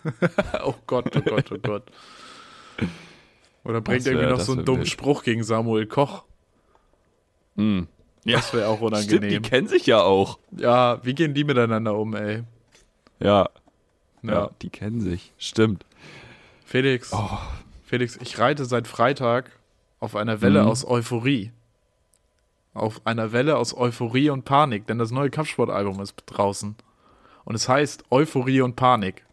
[SPEAKER 2] Oh Gott, oh Gott, oh Gott. Oder bringt
[SPEAKER 1] Das wär-
[SPEAKER 2] irgendwie noch
[SPEAKER 1] das
[SPEAKER 2] so einen
[SPEAKER 1] wär
[SPEAKER 2] dummen
[SPEAKER 1] wild.
[SPEAKER 2] Spruch gegen Samuel Koch.
[SPEAKER 1] Ja,
[SPEAKER 2] Das wäre auch
[SPEAKER 1] stimmt, die
[SPEAKER 2] unangenehm.
[SPEAKER 1] kennen sich ja auch.
[SPEAKER 2] ja, wie gehen die miteinander um, ey?
[SPEAKER 1] Ja,
[SPEAKER 2] Ja.
[SPEAKER 1] ja, die kennen sich. Stimmt.
[SPEAKER 2] Felix,
[SPEAKER 1] Oh.
[SPEAKER 2] Felix, ich reite seit Freitag auf einer Welle
[SPEAKER 1] Mhm.
[SPEAKER 2] aus Euphorie. Auf einer Welle aus Euphorie und Panik, denn das neue Kampfsportalbum ist draußen. Und es heißt Euphorie und Panik.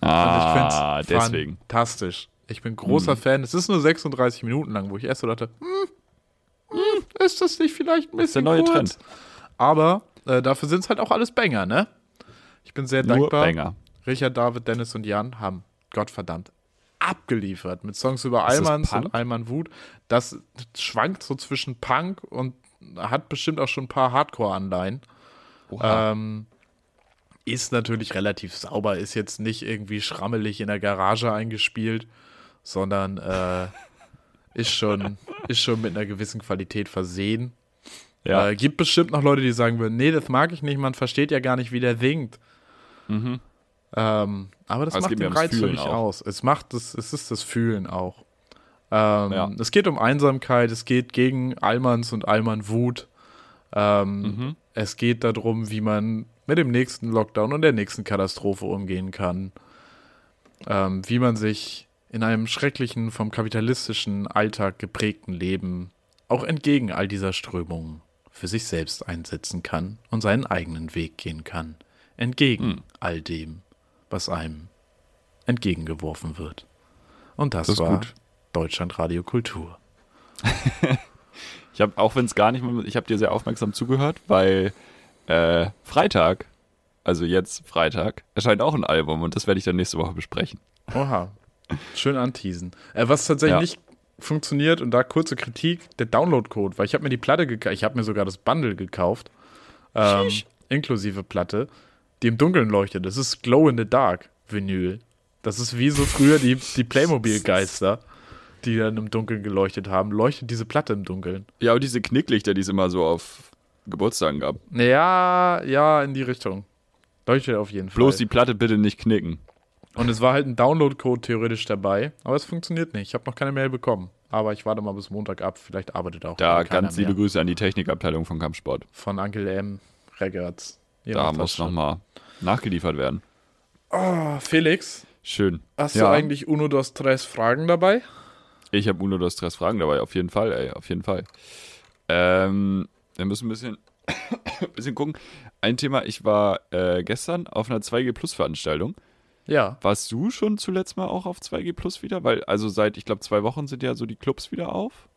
[SPEAKER 2] Und
[SPEAKER 1] Ah,
[SPEAKER 2] find's
[SPEAKER 1] deswegen. Mhm.
[SPEAKER 2] Fantastisch. Ich bin großer Fan. Es ist nur 36 Minuten lang, wo ich erst so dachte, hm, hm, ist das nicht vielleicht ein bisschen
[SPEAKER 1] ist der neue
[SPEAKER 2] kurz?
[SPEAKER 1] Trend.
[SPEAKER 2] Aber äh, dafür sind es halt auch alles Banger, ne? Ich bin sehr
[SPEAKER 1] Nur
[SPEAKER 2] dankbar.
[SPEAKER 1] Banger.
[SPEAKER 2] Richard, David, Dennis und Jan haben Gottverdammt abgeliefert mit Songs über
[SPEAKER 1] Ist das
[SPEAKER 2] Almans und
[SPEAKER 1] Punk?
[SPEAKER 2] Alman Wut. Das schwankt so zwischen Punk und hat bestimmt auch schon ein paar Hardcore-Anleihen.
[SPEAKER 1] Oha.
[SPEAKER 2] Ähm, ist natürlich relativ sauber, ist jetzt nicht irgendwie schrammelig in der Garage eingespielt, sondern äh, ist, schon, ist schon mit einer gewissen Qualität versehen.
[SPEAKER 1] ja.
[SPEAKER 2] Äh, gibt bestimmt noch Leute, die sagen würden, nee, das mag ich nicht, man versteht ja gar nicht, wie der singt. Ähm, aber das
[SPEAKER 1] Mhm. Aber es
[SPEAKER 2] macht
[SPEAKER 1] geht mir
[SPEAKER 2] den
[SPEAKER 1] ums
[SPEAKER 2] Reiz für
[SPEAKER 1] Fühlen
[SPEAKER 2] mich
[SPEAKER 1] auch.
[SPEAKER 2] aus. Es macht das, es ist das Fühlen auch. Ähm,
[SPEAKER 1] Ja.
[SPEAKER 2] Es geht um Einsamkeit, es geht gegen Almans und Alman Wut. Ähm, Es geht darum, wie man mit dem nächsten Lockdown und der nächsten Katastrophe umgehen kann. Ähm, wie man sich in einem schrecklichen, vom kapitalistischen Alltag geprägten Leben auch entgegen all dieser Strömungen für sich selbst einsetzen kann und seinen eigenen Weg gehen kann. Entgegen all dem, was einem entgegengeworfen wird. Und das,
[SPEAKER 1] Das ist
[SPEAKER 2] war
[SPEAKER 1] gut.
[SPEAKER 2] Deutschlandradio Kultur.
[SPEAKER 1] Ich habe, auch wenn es gar nicht mehr, ich habe dir sehr aufmerksam zugehört, weil äh, Freitag, also jetzt Freitag, erscheint auch ein Album und das werde ich dann nächste Woche besprechen.
[SPEAKER 2] Oha. Schön anteasen. Äh, was tatsächlich
[SPEAKER 1] Ja.
[SPEAKER 2] nicht funktioniert und da kurze Kritik, der Downloadcode, weil ich habe mir die Platte gekauft, ich habe mir sogar das Bundle gekauft, ähm, inklusive Platte, die im Dunkeln leuchtet. Das ist Glow in the Dark Vinyl. Das ist wie so früher die, die Playmobil-Geister, die dann im Dunkeln geleuchtet haben. Leuchtet diese Platte im Dunkeln?
[SPEAKER 1] Ja, und diese Knicklichter, die es immer so auf Geburtstagen gab.
[SPEAKER 2] Ja, ja, in die Richtung. Leuchtet auf jeden Fall.
[SPEAKER 1] Bloß die Platte bitte nicht knicken.
[SPEAKER 2] Und es war halt ein Download-Code theoretisch dabei, aber es funktioniert nicht. Ich habe noch keine Mail bekommen. Aber ich warte mal bis Montag ab. Vielleicht arbeitet auch
[SPEAKER 1] Da
[SPEAKER 2] keiner
[SPEAKER 1] ganz liebe
[SPEAKER 2] mehr.
[SPEAKER 1] Grüße an die Technikabteilung von Kampfsport.
[SPEAKER 2] von Uncle M. Regards. Ihr
[SPEAKER 1] Da
[SPEAKER 2] macht das
[SPEAKER 1] muss
[SPEAKER 2] schon.
[SPEAKER 1] nochmal nachgeliefert werden.
[SPEAKER 2] Ah, Felix,
[SPEAKER 1] Schön.
[SPEAKER 2] hast
[SPEAKER 1] Ja,
[SPEAKER 2] du eigentlich Uno dos Tres Fragen dabei?
[SPEAKER 1] Ich habe Uno das Stress Fragen dabei, auf jeden Fall, ey, auf jeden Fall. Ähm, wir müssen ein bisschen, ein bisschen gucken. Ein Thema, ich war äh, gestern auf einer 2G Plus Veranstaltung.
[SPEAKER 2] Ja.
[SPEAKER 1] Warst du schon zuletzt mal auch auf 2G Plus wieder? Weil, also seit, ich glaube, zwei Wochen sind ja so die Clubs wieder auf.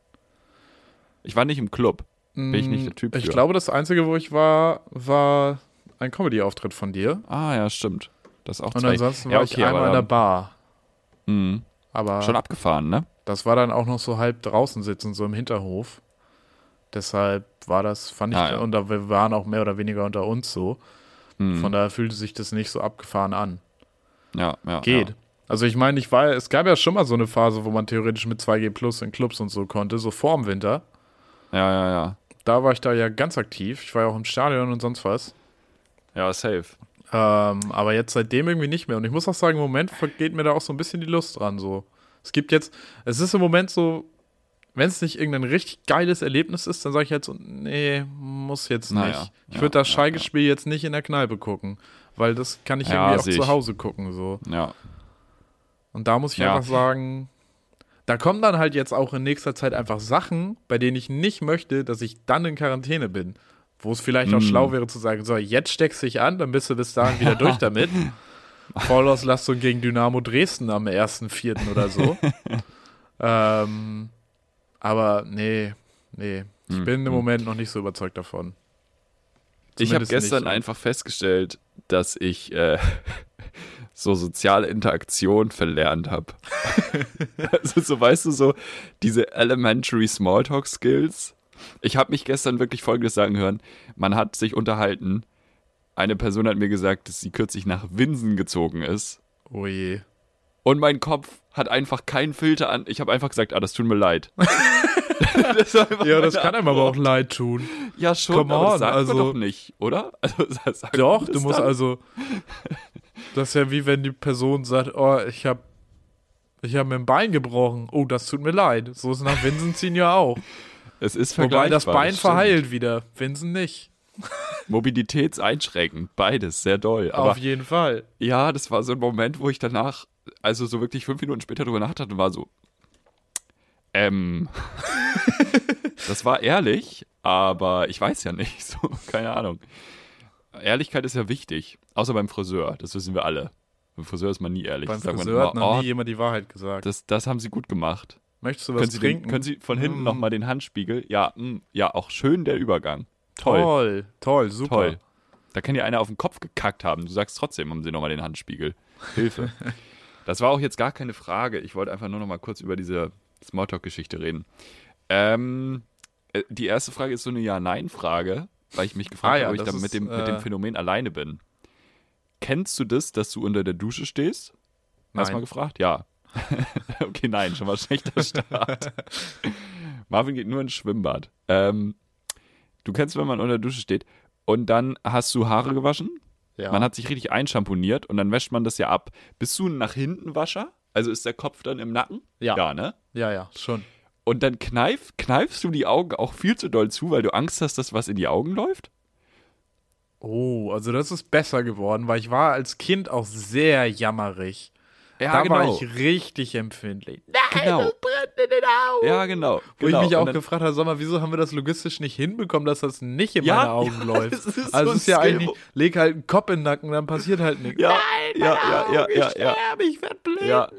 [SPEAKER 1] Ich war nicht im Club. Bin ich nicht der Typ
[SPEAKER 2] Ich
[SPEAKER 1] für.
[SPEAKER 2] glaube, das Einzige, wo ich war, war ein Comedy-Auftritt von dir.
[SPEAKER 1] Ah, ja, stimmt. Das ist auch
[SPEAKER 2] Und
[SPEAKER 1] zwei.
[SPEAKER 2] ansonsten
[SPEAKER 1] Ja,
[SPEAKER 2] war
[SPEAKER 1] okay,
[SPEAKER 2] ich einmal
[SPEAKER 1] aber
[SPEAKER 2] in der
[SPEAKER 1] dann-
[SPEAKER 2] Bar.
[SPEAKER 1] Mhm.
[SPEAKER 2] Aber
[SPEAKER 1] Schon abgefahren, ne?
[SPEAKER 2] das war dann auch noch so halb draußen sitzen, so im Hinterhof. Deshalb war das, fand ich,
[SPEAKER 1] Ah, ja.
[SPEAKER 2] und da, wir waren auch mehr oder weniger unter uns so.
[SPEAKER 1] Mhm.
[SPEAKER 2] Von daher fühlte sich das nicht so abgefahren an.
[SPEAKER 1] ja, ja.
[SPEAKER 2] Geht.
[SPEAKER 1] Ja.
[SPEAKER 2] Also ich meine, ich war, es gab ja schon mal so eine Phase, wo man theoretisch mit 2G Plus in Clubs und so konnte, so vorm Winter.
[SPEAKER 1] ja, ja, ja.
[SPEAKER 2] Da war ich da ja ganz aktiv. Ich war ja auch im Stadion und sonst was.
[SPEAKER 1] Ja, safe.
[SPEAKER 2] Ähm, aber jetzt seitdem irgendwie nicht mehr. Und ich muss auch sagen, im Moment vergeht mir da auch so ein bisschen die Lust dran. So. Es gibt jetzt, es ist im Moment so, wenn es nicht irgendein richtig geiles Erlebnis ist, dann sage ich jetzt, so, nee, muss jetzt nicht.
[SPEAKER 1] Naja,
[SPEAKER 2] ich
[SPEAKER 1] ja,
[SPEAKER 2] würde das
[SPEAKER 1] ja,
[SPEAKER 2] Schalke-Spiel jetzt nicht in der Kneipe gucken, weil das kann ich
[SPEAKER 1] Ja,
[SPEAKER 2] irgendwie auch
[SPEAKER 1] seh
[SPEAKER 2] zu
[SPEAKER 1] ich.
[SPEAKER 2] Hause gucken. So.
[SPEAKER 1] Ja.
[SPEAKER 2] Und da muss ich
[SPEAKER 1] Ja.
[SPEAKER 2] einfach sagen, da kommen dann halt jetzt auch in nächster Zeit einfach Sachen, bei denen ich nicht möchte, dass ich dann in Quarantäne bin. Wo es vielleicht
[SPEAKER 1] Mm.
[SPEAKER 2] auch schlau wäre zu sagen, so, jetzt steckst dich an, dann bist du bis dahin wieder durch damit. Vollauslastung gegen Dynamo Dresden am 1.4. oder so. ähm, aber nee, nee. Ich
[SPEAKER 1] Mm,
[SPEAKER 2] bin im Moment noch nicht so überzeugt davon.
[SPEAKER 1] Ich habe
[SPEAKER 2] Zumindest nicht ne?
[SPEAKER 1] gestern
[SPEAKER 2] so.
[SPEAKER 1] einfach festgestellt, dass ich äh, so soziale Interaktion verlernt habe. also so weißt du so diese elementary Smalltalk Skills. Ich habe mich gestern wirklich Folgendes sagen hören: Man hat sich unterhalten. Eine Person hat mir gesagt, dass sie kürzlich nach Winsen gezogen ist.
[SPEAKER 2] Oh je.
[SPEAKER 1] Und mein Kopf hat einfach keinen Filter an. Ich habe einfach gesagt, ah, das tut mir leid. Das war einfach
[SPEAKER 2] Ja, das
[SPEAKER 1] meine
[SPEAKER 2] kann einem aber auch leid tun.
[SPEAKER 1] Antwort. Ja, schon,
[SPEAKER 2] Come
[SPEAKER 1] aber
[SPEAKER 2] on,
[SPEAKER 1] das sagt
[SPEAKER 2] also-
[SPEAKER 1] man doch nicht, oder? Also, das sagt
[SPEAKER 2] Doch,
[SPEAKER 1] man
[SPEAKER 2] du
[SPEAKER 1] das
[SPEAKER 2] musst
[SPEAKER 1] dann?
[SPEAKER 2] also. Das ist ja wie wenn die Person sagt, oh, ich hab, ich hab mir ein Bein gebrochen. Oh, das tut mir leid. So ist nach Winsen ziehen ja auch.
[SPEAKER 1] Es ist vergleichbar.
[SPEAKER 2] Wobei das Bein
[SPEAKER 1] stimmt.
[SPEAKER 2] verheilt wieder. Winsen nicht.
[SPEAKER 1] Mobilitätseinschränkend, beides, sehr doll. Aber
[SPEAKER 2] Auf jeden Fall.
[SPEAKER 1] ja, das war so ein Moment, wo ich danach, also so wirklich fünf Minuten später drüber nachdachte und war so, ähm, das war ehrlich, aber ich weiß ja nicht, so, keine Ahnung. Ehrlichkeit ist ja wichtig, außer beim Friseur, das wissen wir alle. Beim Friseur ist man nie ehrlich.
[SPEAKER 2] Beim
[SPEAKER 1] Das sagt man
[SPEAKER 2] Friseur hat
[SPEAKER 1] immer,
[SPEAKER 2] noch
[SPEAKER 1] oh,
[SPEAKER 2] nie jemand die Wahrheit gesagt.
[SPEAKER 1] das, das haben sie gut gemacht.
[SPEAKER 2] Möchtest du was
[SPEAKER 1] Können sie, den,
[SPEAKER 2] trinken?
[SPEAKER 1] können sie von hinten
[SPEAKER 2] Mm.
[SPEAKER 1] nochmal den Handspiegel? Ja, mm, ja, auch schön der Übergang. Toll,
[SPEAKER 2] toll, toll, super.
[SPEAKER 1] toll. Da kann dir einer auf den Kopf gekackt haben. Du sagst trotzdem, haben sie nochmal den Handspiegel. Hilfe. das war auch jetzt gar keine Frage. Ich wollte einfach nur nochmal kurz über diese Smalltalk-Geschichte reden. Ähm, äh, die erste Frage ist so eine Ja-Nein-Frage, weil ich mich gefragt
[SPEAKER 2] Ah ja,
[SPEAKER 1] habe, ob ich
[SPEAKER 2] das
[SPEAKER 1] da mit,
[SPEAKER 2] ist,
[SPEAKER 1] dem, mit
[SPEAKER 2] äh,
[SPEAKER 1] dem Phänomen alleine bin. Kennst du das, dass du unter der Dusche stehst? Erstmal
[SPEAKER 2] Nein.
[SPEAKER 1] gefragt? Ja. okay, nein, schon mal schlechter Start. Marvin geht nur ins Schwimmbad. Ähm, du kennst, wenn man unter der Dusche steht und dann hast du Haare gewaschen,
[SPEAKER 2] Ja.
[SPEAKER 1] man hat sich richtig einschamponiert und dann wäscht man das ja ab. Bist du ein nach hinten Wascher? Also ist der Kopf dann im Nacken?
[SPEAKER 2] Ja.
[SPEAKER 1] Ja, ne?
[SPEAKER 2] ja, ja, schon.
[SPEAKER 1] Und dann kneif, kneifst du die Augen auch viel zu doll zu, weil du Angst hast, dass was in die Augen läuft?
[SPEAKER 2] Oh, also das ist besser geworden, weil ich war als Kind auch sehr jammerig. da war ich richtig empfindlich.
[SPEAKER 1] genau. Ja, genau.
[SPEAKER 2] Wo
[SPEAKER 1] genau.
[SPEAKER 2] ich
[SPEAKER 1] Und
[SPEAKER 2] mich auch
[SPEAKER 1] dann-
[SPEAKER 2] gefragt habe, sag mal, wieso haben wir das logistisch nicht hinbekommen, dass das nicht in
[SPEAKER 1] Ja,
[SPEAKER 2] meine Augen
[SPEAKER 1] ja,
[SPEAKER 2] läuft?
[SPEAKER 1] das ist
[SPEAKER 2] also
[SPEAKER 1] so
[SPEAKER 2] es ist ja
[SPEAKER 1] ein Skill,
[SPEAKER 2] eigentlich,
[SPEAKER 1] wo-
[SPEAKER 2] leg halt einen Kopf in den Nacken, dann passiert halt nichts.
[SPEAKER 1] Ja,
[SPEAKER 2] Nein,
[SPEAKER 1] ja,
[SPEAKER 2] meine
[SPEAKER 1] ja,
[SPEAKER 2] Augen,
[SPEAKER 1] ja, ja,
[SPEAKER 2] ich
[SPEAKER 1] ja.
[SPEAKER 2] sterbe, ich werde blind.
[SPEAKER 1] Ja.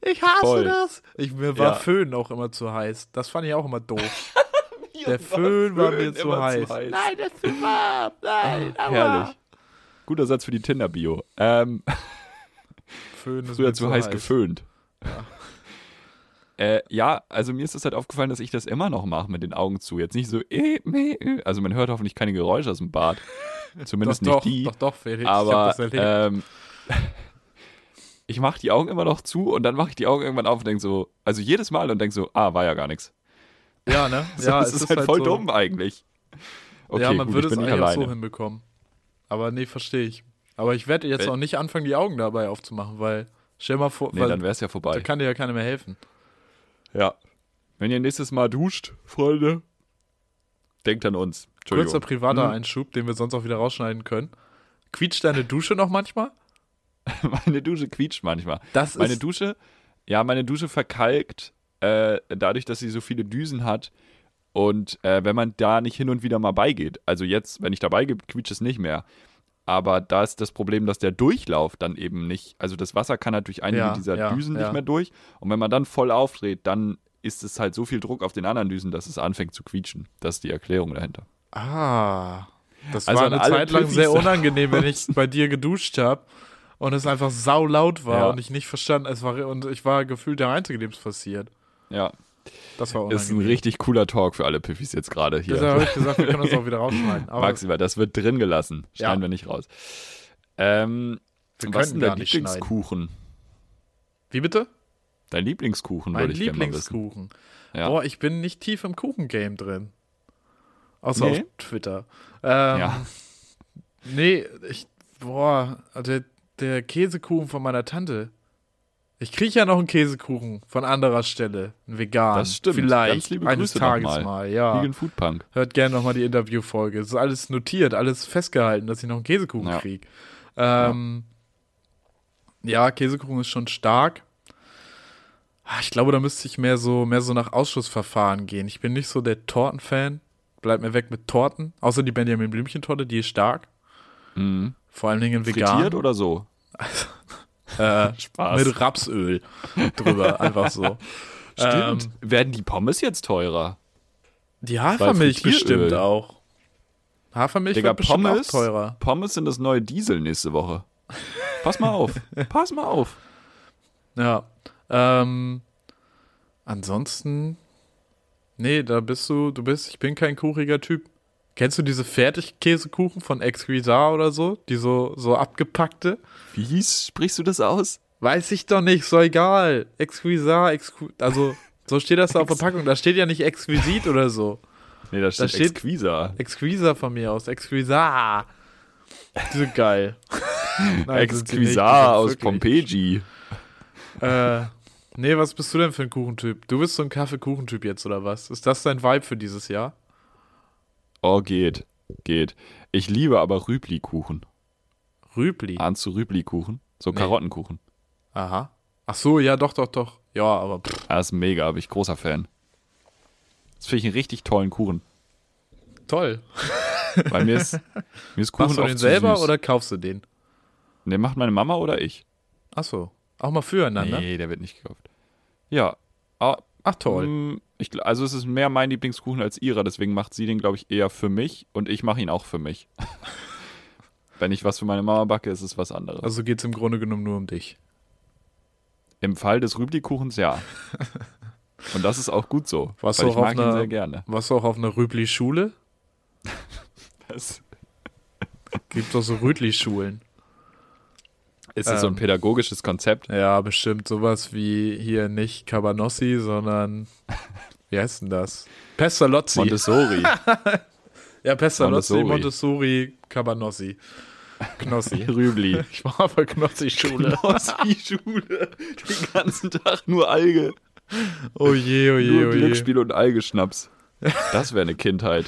[SPEAKER 2] Ich hasse
[SPEAKER 1] Voll.
[SPEAKER 2] das. Ich, mir war
[SPEAKER 1] Ja.
[SPEAKER 2] Föhn auch immer zu heiß. Das fand ich auch immer doof. der Föhn war mir zu
[SPEAKER 1] immer
[SPEAKER 2] heiß. Nein, das ist zu warm. Nein, aua.
[SPEAKER 1] Herrlich. Guter Satz für die Tinder-Bio. Ähm,
[SPEAKER 2] Föhn ist
[SPEAKER 1] früher
[SPEAKER 2] mir
[SPEAKER 1] zu heiß, geföhnt. Ja. Äh, ja, also mir ist es halt aufgefallen, dass ich das immer noch mache mit den Augen zu. Jetzt nicht so, eh, meh, äh. also man hört hoffentlich keine Geräusche aus dem Bad.
[SPEAKER 2] Doch,
[SPEAKER 1] Zumindest
[SPEAKER 2] doch,
[SPEAKER 1] nicht die.
[SPEAKER 2] doch, doch, Felix. ich hab
[SPEAKER 1] aber
[SPEAKER 2] das erlebt.
[SPEAKER 1] ähm, ich mache die Augen immer noch zu und dann mache ich die Augen irgendwann auf und denke so, also jedes Mal und denke so, ah, war ja gar nichts.
[SPEAKER 2] ja, ne?
[SPEAKER 1] So,
[SPEAKER 2] Ja,
[SPEAKER 1] das
[SPEAKER 2] es
[SPEAKER 1] ist, halt voll
[SPEAKER 2] so.
[SPEAKER 1] dumm eigentlich. Okay,
[SPEAKER 2] ja, man
[SPEAKER 1] gut,
[SPEAKER 2] würde
[SPEAKER 1] ich bin
[SPEAKER 2] es
[SPEAKER 1] nicht
[SPEAKER 2] eigentlich auch
[SPEAKER 1] alleine.
[SPEAKER 2] so hinbekommen. Aber nee, verstehe ich. Aber ich werde jetzt
[SPEAKER 1] Wel-
[SPEAKER 2] auch nicht anfangen, die Augen dabei aufzumachen, weil stell mal vor,
[SPEAKER 1] nee,
[SPEAKER 2] weil,
[SPEAKER 1] dann wäre es ja vorbei.
[SPEAKER 2] da kann dir ja keiner mehr helfen.
[SPEAKER 1] Ja. Wenn ihr nächstes Mal duscht, Freunde, denkt an uns.
[SPEAKER 2] Kurzer
[SPEAKER 1] Entschuldigung. Hm?
[SPEAKER 2] privater Einschub, den wir sonst auch wieder rausschneiden können. Quietscht deine Dusche noch manchmal?
[SPEAKER 1] meine Dusche quietscht manchmal.
[SPEAKER 2] Das
[SPEAKER 1] meine
[SPEAKER 2] ist
[SPEAKER 1] Dusche, ja, meine Dusche verkalkt äh, dadurch, dass sie so viele Düsen hat. Und äh, wenn man da nicht hin und wieder mal beigeht, also jetzt, wenn ich dabei gehe, quietscht es nicht mehr. Aber da ist das Problem, dass der Durchlauf dann eben nicht, also das Wasser kann halt durch einige
[SPEAKER 2] Ja,
[SPEAKER 1] dieser
[SPEAKER 2] ja,
[SPEAKER 1] Düsen
[SPEAKER 2] ja.
[SPEAKER 1] nicht mehr durch. Und wenn man dann voll aufdreht, dann ist es halt so viel Druck auf den anderen Düsen, dass es anfängt zu quietschen. Das ist die Erklärung dahinter.
[SPEAKER 2] Ah. Das
[SPEAKER 1] Also
[SPEAKER 2] war
[SPEAKER 1] an
[SPEAKER 2] eine
[SPEAKER 1] alle
[SPEAKER 2] Zeit lang
[SPEAKER 1] Tiffys
[SPEAKER 2] sehr
[SPEAKER 1] da
[SPEAKER 2] unangenehm, wenn ich bei dir geduscht habe und es einfach sau laut war
[SPEAKER 1] Ja.
[SPEAKER 2] und ich nicht verstanden, es war und ich war gefühlt der Einzige, dem es passiert.
[SPEAKER 1] Ja,
[SPEAKER 2] Das war
[SPEAKER 1] ist ein
[SPEAKER 2] unangenehm.
[SPEAKER 1] richtig cooler Talk für alle Piffis jetzt gerade hier.
[SPEAKER 2] Deshalb habe ich gesagt, wir können das auch wieder rausschneiden. Aber
[SPEAKER 1] Maximal, das wird drin gelassen. Schneiden
[SPEAKER 2] Ja.
[SPEAKER 1] wir nicht raus. Ähm,
[SPEAKER 2] wir
[SPEAKER 1] was ist
[SPEAKER 2] können
[SPEAKER 1] denn
[SPEAKER 2] gar
[SPEAKER 1] dein
[SPEAKER 2] nicht schneiden.
[SPEAKER 1] Lieblingskuchen?
[SPEAKER 2] Wie bitte?
[SPEAKER 1] Dein Lieblingskuchen
[SPEAKER 2] Mein
[SPEAKER 1] würde ich gerne mal wissen.
[SPEAKER 2] Lieblingskuchen.
[SPEAKER 1] Ja.
[SPEAKER 2] Boah, ich bin nicht tief im Kuchen-Game drin. Außer
[SPEAKER 1] Nee.
[SPEAKER 2] auf Twitter. Ähm,
[SPEAKER 1] Ja,
[SPEAKER 2] Nee, ich. Boah, der, der Käsekuchen von meiner Tante. Ich kriege ja noch einen Käsekuchen von anderer Stelle. Einen vegan.
[SPEAKER 1] Das stimmt.
[SPEAKER 2] Vielleicht.
[SPEAKER 1] Ganz liebe
[SPEAKER 2] eines
[SPEAKER 1] Grüße
[SPEAKER 2] Tages
[SPEAKER 1] nochmal.
[SPEAKER 2] ja.
[SPEAKER 1] Vegan Food Punk.
[SPEAKER 2] Hört gerne nochmal die Interviewfolge. Es ist alles notiert, alles festgehalten, dass ich noch einen Käsekuchen
[SPEAKER 1] Ja.
[SPEAKER 2] kriege. Ähm, ja. Käsekuchen ist schon stark. Ah, Ich glaube, da müsste ich mehr so, mehr so nach Ausschussverfahren gehen. Ich bin nicht so der Tortenfan. Bleib mir weg mit Torten. Außer die Benjamin Blümchen-Torte, die ist stark.
[SPEAKER 1] Mhm.
[SPEAKER 2] Vor allen Dingen in vegan.
[SPEAKER 1] Frittiert oder so?
[SPEAKER 2] Äh,
[SPEAKER 1] Spaß.
[SPEAKER 2] mit Rapsöl drüber, einfach so.
[SPEAKER 1] Stimmt.
[SPEAKER 2] Ähm,
[SPEAKER 1] Werden die Pommes jetzt teurer?
[SPEAKER 2] Die Hafermilch
[SPEAKER 1] Weil Frittieröl.
[SPEAKER 2] bestimmt auch. Hafermilch
[SPEAKER 1] Digga,
[SPEAKER 2] wird bestimmt
[SPEAKER 1] Pommes,
[SPEAKER 2] auch teurer.
[SPEAKER 1] Pommes sind das neue Diesel nächste Woche. Pass mal auf. Pass mal auf.
[SPEAKER 2] Ja. Ähm, ansonsten, nee, da bist du, du bist, ich bin kein kuchiger Typ. Kennst du diese Fertigkäsekuchen von Exquisar oder so? Die so, so abgepackte?
[SPEAKER 1] Wie hieß, sprichst du das aus?
[SPEAKER 2] Weiß ich doch nicht, so egal. Exquisar, Exqu also so steht das da auf der Packung. Da steht ja nicht exquisit oder so.
[SPEAKER 1] Nee, da steht,
[SPEAKER 2] steht-
[SPEAKER 1] Exquisa.
[SPEAKER 2] Exquisa von mir aus. Exquisa. Die sind geil. Nein, sind die nicht, die sind
[SPEAKER 1] Exquisa aus
[SPEAKER 2] wirklich-
[SPEAKER 1] Pompeji.
[SPEAKER 2] Äh, nee, was bist du denn für ein Kuchentyp? Du bist so ein Kaffeekuchentyp jetzt oder was? Ist das dein Vibe für dieses Jahr?
[SPEAKER 1] Oh, geht. Geht. Ich liebe aber Rübli-Kuchen.
[SPEAKER 2] Rübli.
[SPEAKER 1] Ahnst du Rübli-Kuchen? So
[SPEAKER 2] Nee.
[SPEAKER 1] Karottenkuchen.
[SPEAKER 2] Aha. Ach so, ja, doch, doch, doch. Ja, aber pff,
[SPEAKER 1] Ah, ist mega, bin ich großer Fan. Das finde ich einen richtig tollen Kuchen.
[SPEAKER 2] toll.
[SPEAKER 1] Weil mir ist, mir ist Kuchen
[SPEAKER 2] Machst du
[SPEAKER 1] oft
[SPEAKER 2] den
[SPEAKER 1] zu
[SPEAKER 2] selber
[SPEAKER 1] süß.
[SPEAKER 2] oder kaufst du den?
[SPEAKER 1] Den macht meine Mama oder ich.
[SPEAKER 2] Achso. Auch mal füreinander.
[SPEAKER 1] Nee, der wird nicht gekauft. Ja. Ah,
[SPEAKER 2] Ach toll.
[SPEAKER 1] mm, Ich, gl- also es ist mehr mein Lieblingskuchen als ihrer, deswegen macht sie den, glaube ich, eher für mich und ich mache ihn auch für mich. Wenn ich was für meine Mama backe, ist es was anderes.
[SPEAKER 2] Also geht's im Grunde genommen nur um dich.
[SPEAKER 1] Im Fall des Rübli-Kuchens ja. Und das ist auch gut so,
[SPEAKER 2] Was
[SPEAKER 1] weil
[SPEAKER 2] auch
[SPEAKER 1] ich
[SPEAKER 2] auf
[SPEAKER 1] mag ihn
[SPEAKER 2] einer-
[SPEAKER 1] sehr gerne.
[SPEAKER 2] Warst du auch auf einer Rübli-Schule?
[SPEAKER 1] Das
[SPEAKER 2] Gibt doch so Rütli-Schulen.
[SPEAKER 1] es ist so ein
[SPEAKER 2] Ähm.
[SPEAKER 1] pädagogisches Konzept.
[SPEAKER 2] Ja, bestimmt sowas wie hier nicht Cabanossi, sondern wie heißt denn das? Pestalozzi.
[SPEAKER 1] Montessori.
[SPEAKER 2] ja,
[SPEAKER 1] Montessori.
[SPEAKER 2] Pestalozzi, Montessori, Cabanossi. Knossi.
[SPEAKER 1] Rübli.
[SPEAKER 2] Ich war auf der Knossi-Schule.
[SPEAKER 1] Aus wie Schule. Den ganzen Tag nur Alge.
[SPEAKER 2] Oh je, oh je,
[SPEAKER 1] Nur
[SPEAKER 2] oh je.
[SPEAKER 1] Glücksspiel und Algeschnaps. Das wäre eine Kindheit.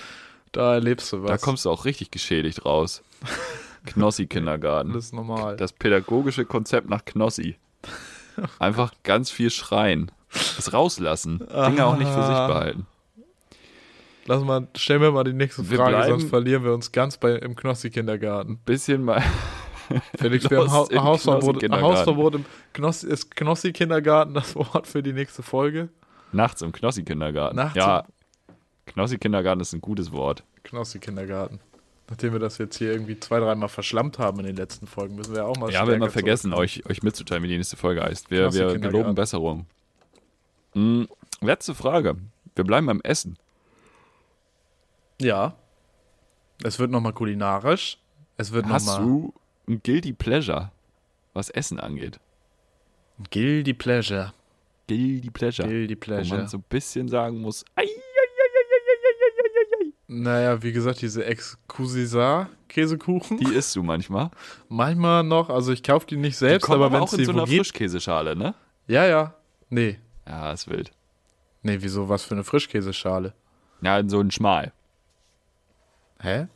[SPEAKER 2] Da erlebst du was.
[SPEAKER 1] Da kommst du auch richtig geschädigt raus. Knossi-Kindergarten.
[SPEAKER 2] alles normal.
[SPEAKER 1] Das pädagogische Konzept nach Knossi. Einfach ganz viel schreien. Das rauslassen. Dinge auch nicht für sich
[SPEAKER 2] Aha.
[SPEAKER 1] behalten.
[SPEAKER 2] Lass mal, stell mir mal die nächste
[SPEAKER 1] Wir
[SPEAKER 2] Frage,
[SPEAKER 1] bleiben-
[SPEAKER 2] sonst verlieren wir uns ganz bei, im Knossi-Kindergarten.
[SPEAKER 1] Bisschen mal.
[SPEAKER 2] Felix, wir haben
[SPEAKER 1] Los im
[SPEAKER 2] ha Hausverbot,
[SPEAKER 1] Knossi-Kindergarten.
[SPEAKER 2] Hausverbot im Knossi, ist Knossi-Kindergarten das Wort für die nächste Folge?
[SPEAKER 1] Nachts im Knossi-Kindergarten.
[SPEAKER 2] Nachts
[SPEAKER 1] ja. Knossi-Kindergarten ist ein gutes Wort.
[SPEAKER 2] Knossi-Kindergarten. Nachdem wir das jetzt hier irgendwie zwei, dreimal verschlammt haben in den letzten Folgen, müssen wir ja auch
[SPEAKER 1] Ja,
[SPEAKER 2] mal
[SPEAKER 1] wir haben
[SPEAKER 2] stärker
[SPEAKER 1] immer vergessen, euch, euch mitzuteilen, wie die nächste Folge heißt. Wir, wir
[SPEAKER 2] Knossi-Kindergarten.
[SPEAKER 1] geloben Besserung. Mm, letzte Frage. Wir bleiben beim Essen.
[SPEAKER 2] zurück- Ja. Es wird nochmal kulinarisch. Es wird
[SPEAKER 1] Hast
[SPEAKER 2] nochmal.
[SPEAKER 1] du ein Guilty Pleasure, was Essen angeht?
[SPEAKER 2] Guilty Pleasure.
[SPEAKER 1] Guilty Pleasure.
[SPEAKER 2] Guilty
[SPEAKER 1] Wo
[SPEAKER 2] Pleasure.
[SPEAKER 1] man so ein bisschen sagen muss, ei,
[SPEAKER 2] Naja, wie gesagt, diese Excusisa-Käsekuchen.
[SPEAKER 1] die isst du manchmal.
[SPEAKER 2] Manchmal noch, also ich kaufe die nicht
[SPEAKER 1] Die
[SPEAKER 2] selbst,
[SPEAKER 1] kommen
[SPEAKER 2] aber wenn
[SPEAKER 1] auch
[SPEAKER 2] es
[SPEAKER 1] in
[SPEAKER 2] die
[SPEAKER 1] so
[SPEAKER 2] wo
[SPEAKER 1] einer
[SPEAKER 2] gibt.
[SPEAKER 1] Frischkäseschale, ne?
[SPEAKER 2] Ja, ja. Nee.
[SPEAKER 1] Ja, ist wild.
[SPEAKER 2] Nee, wieso? Was für eine Frischkäseschale?
[SPEAKER 1] Ja, in so einen Schmal.
[SPEAKER 2] Hä?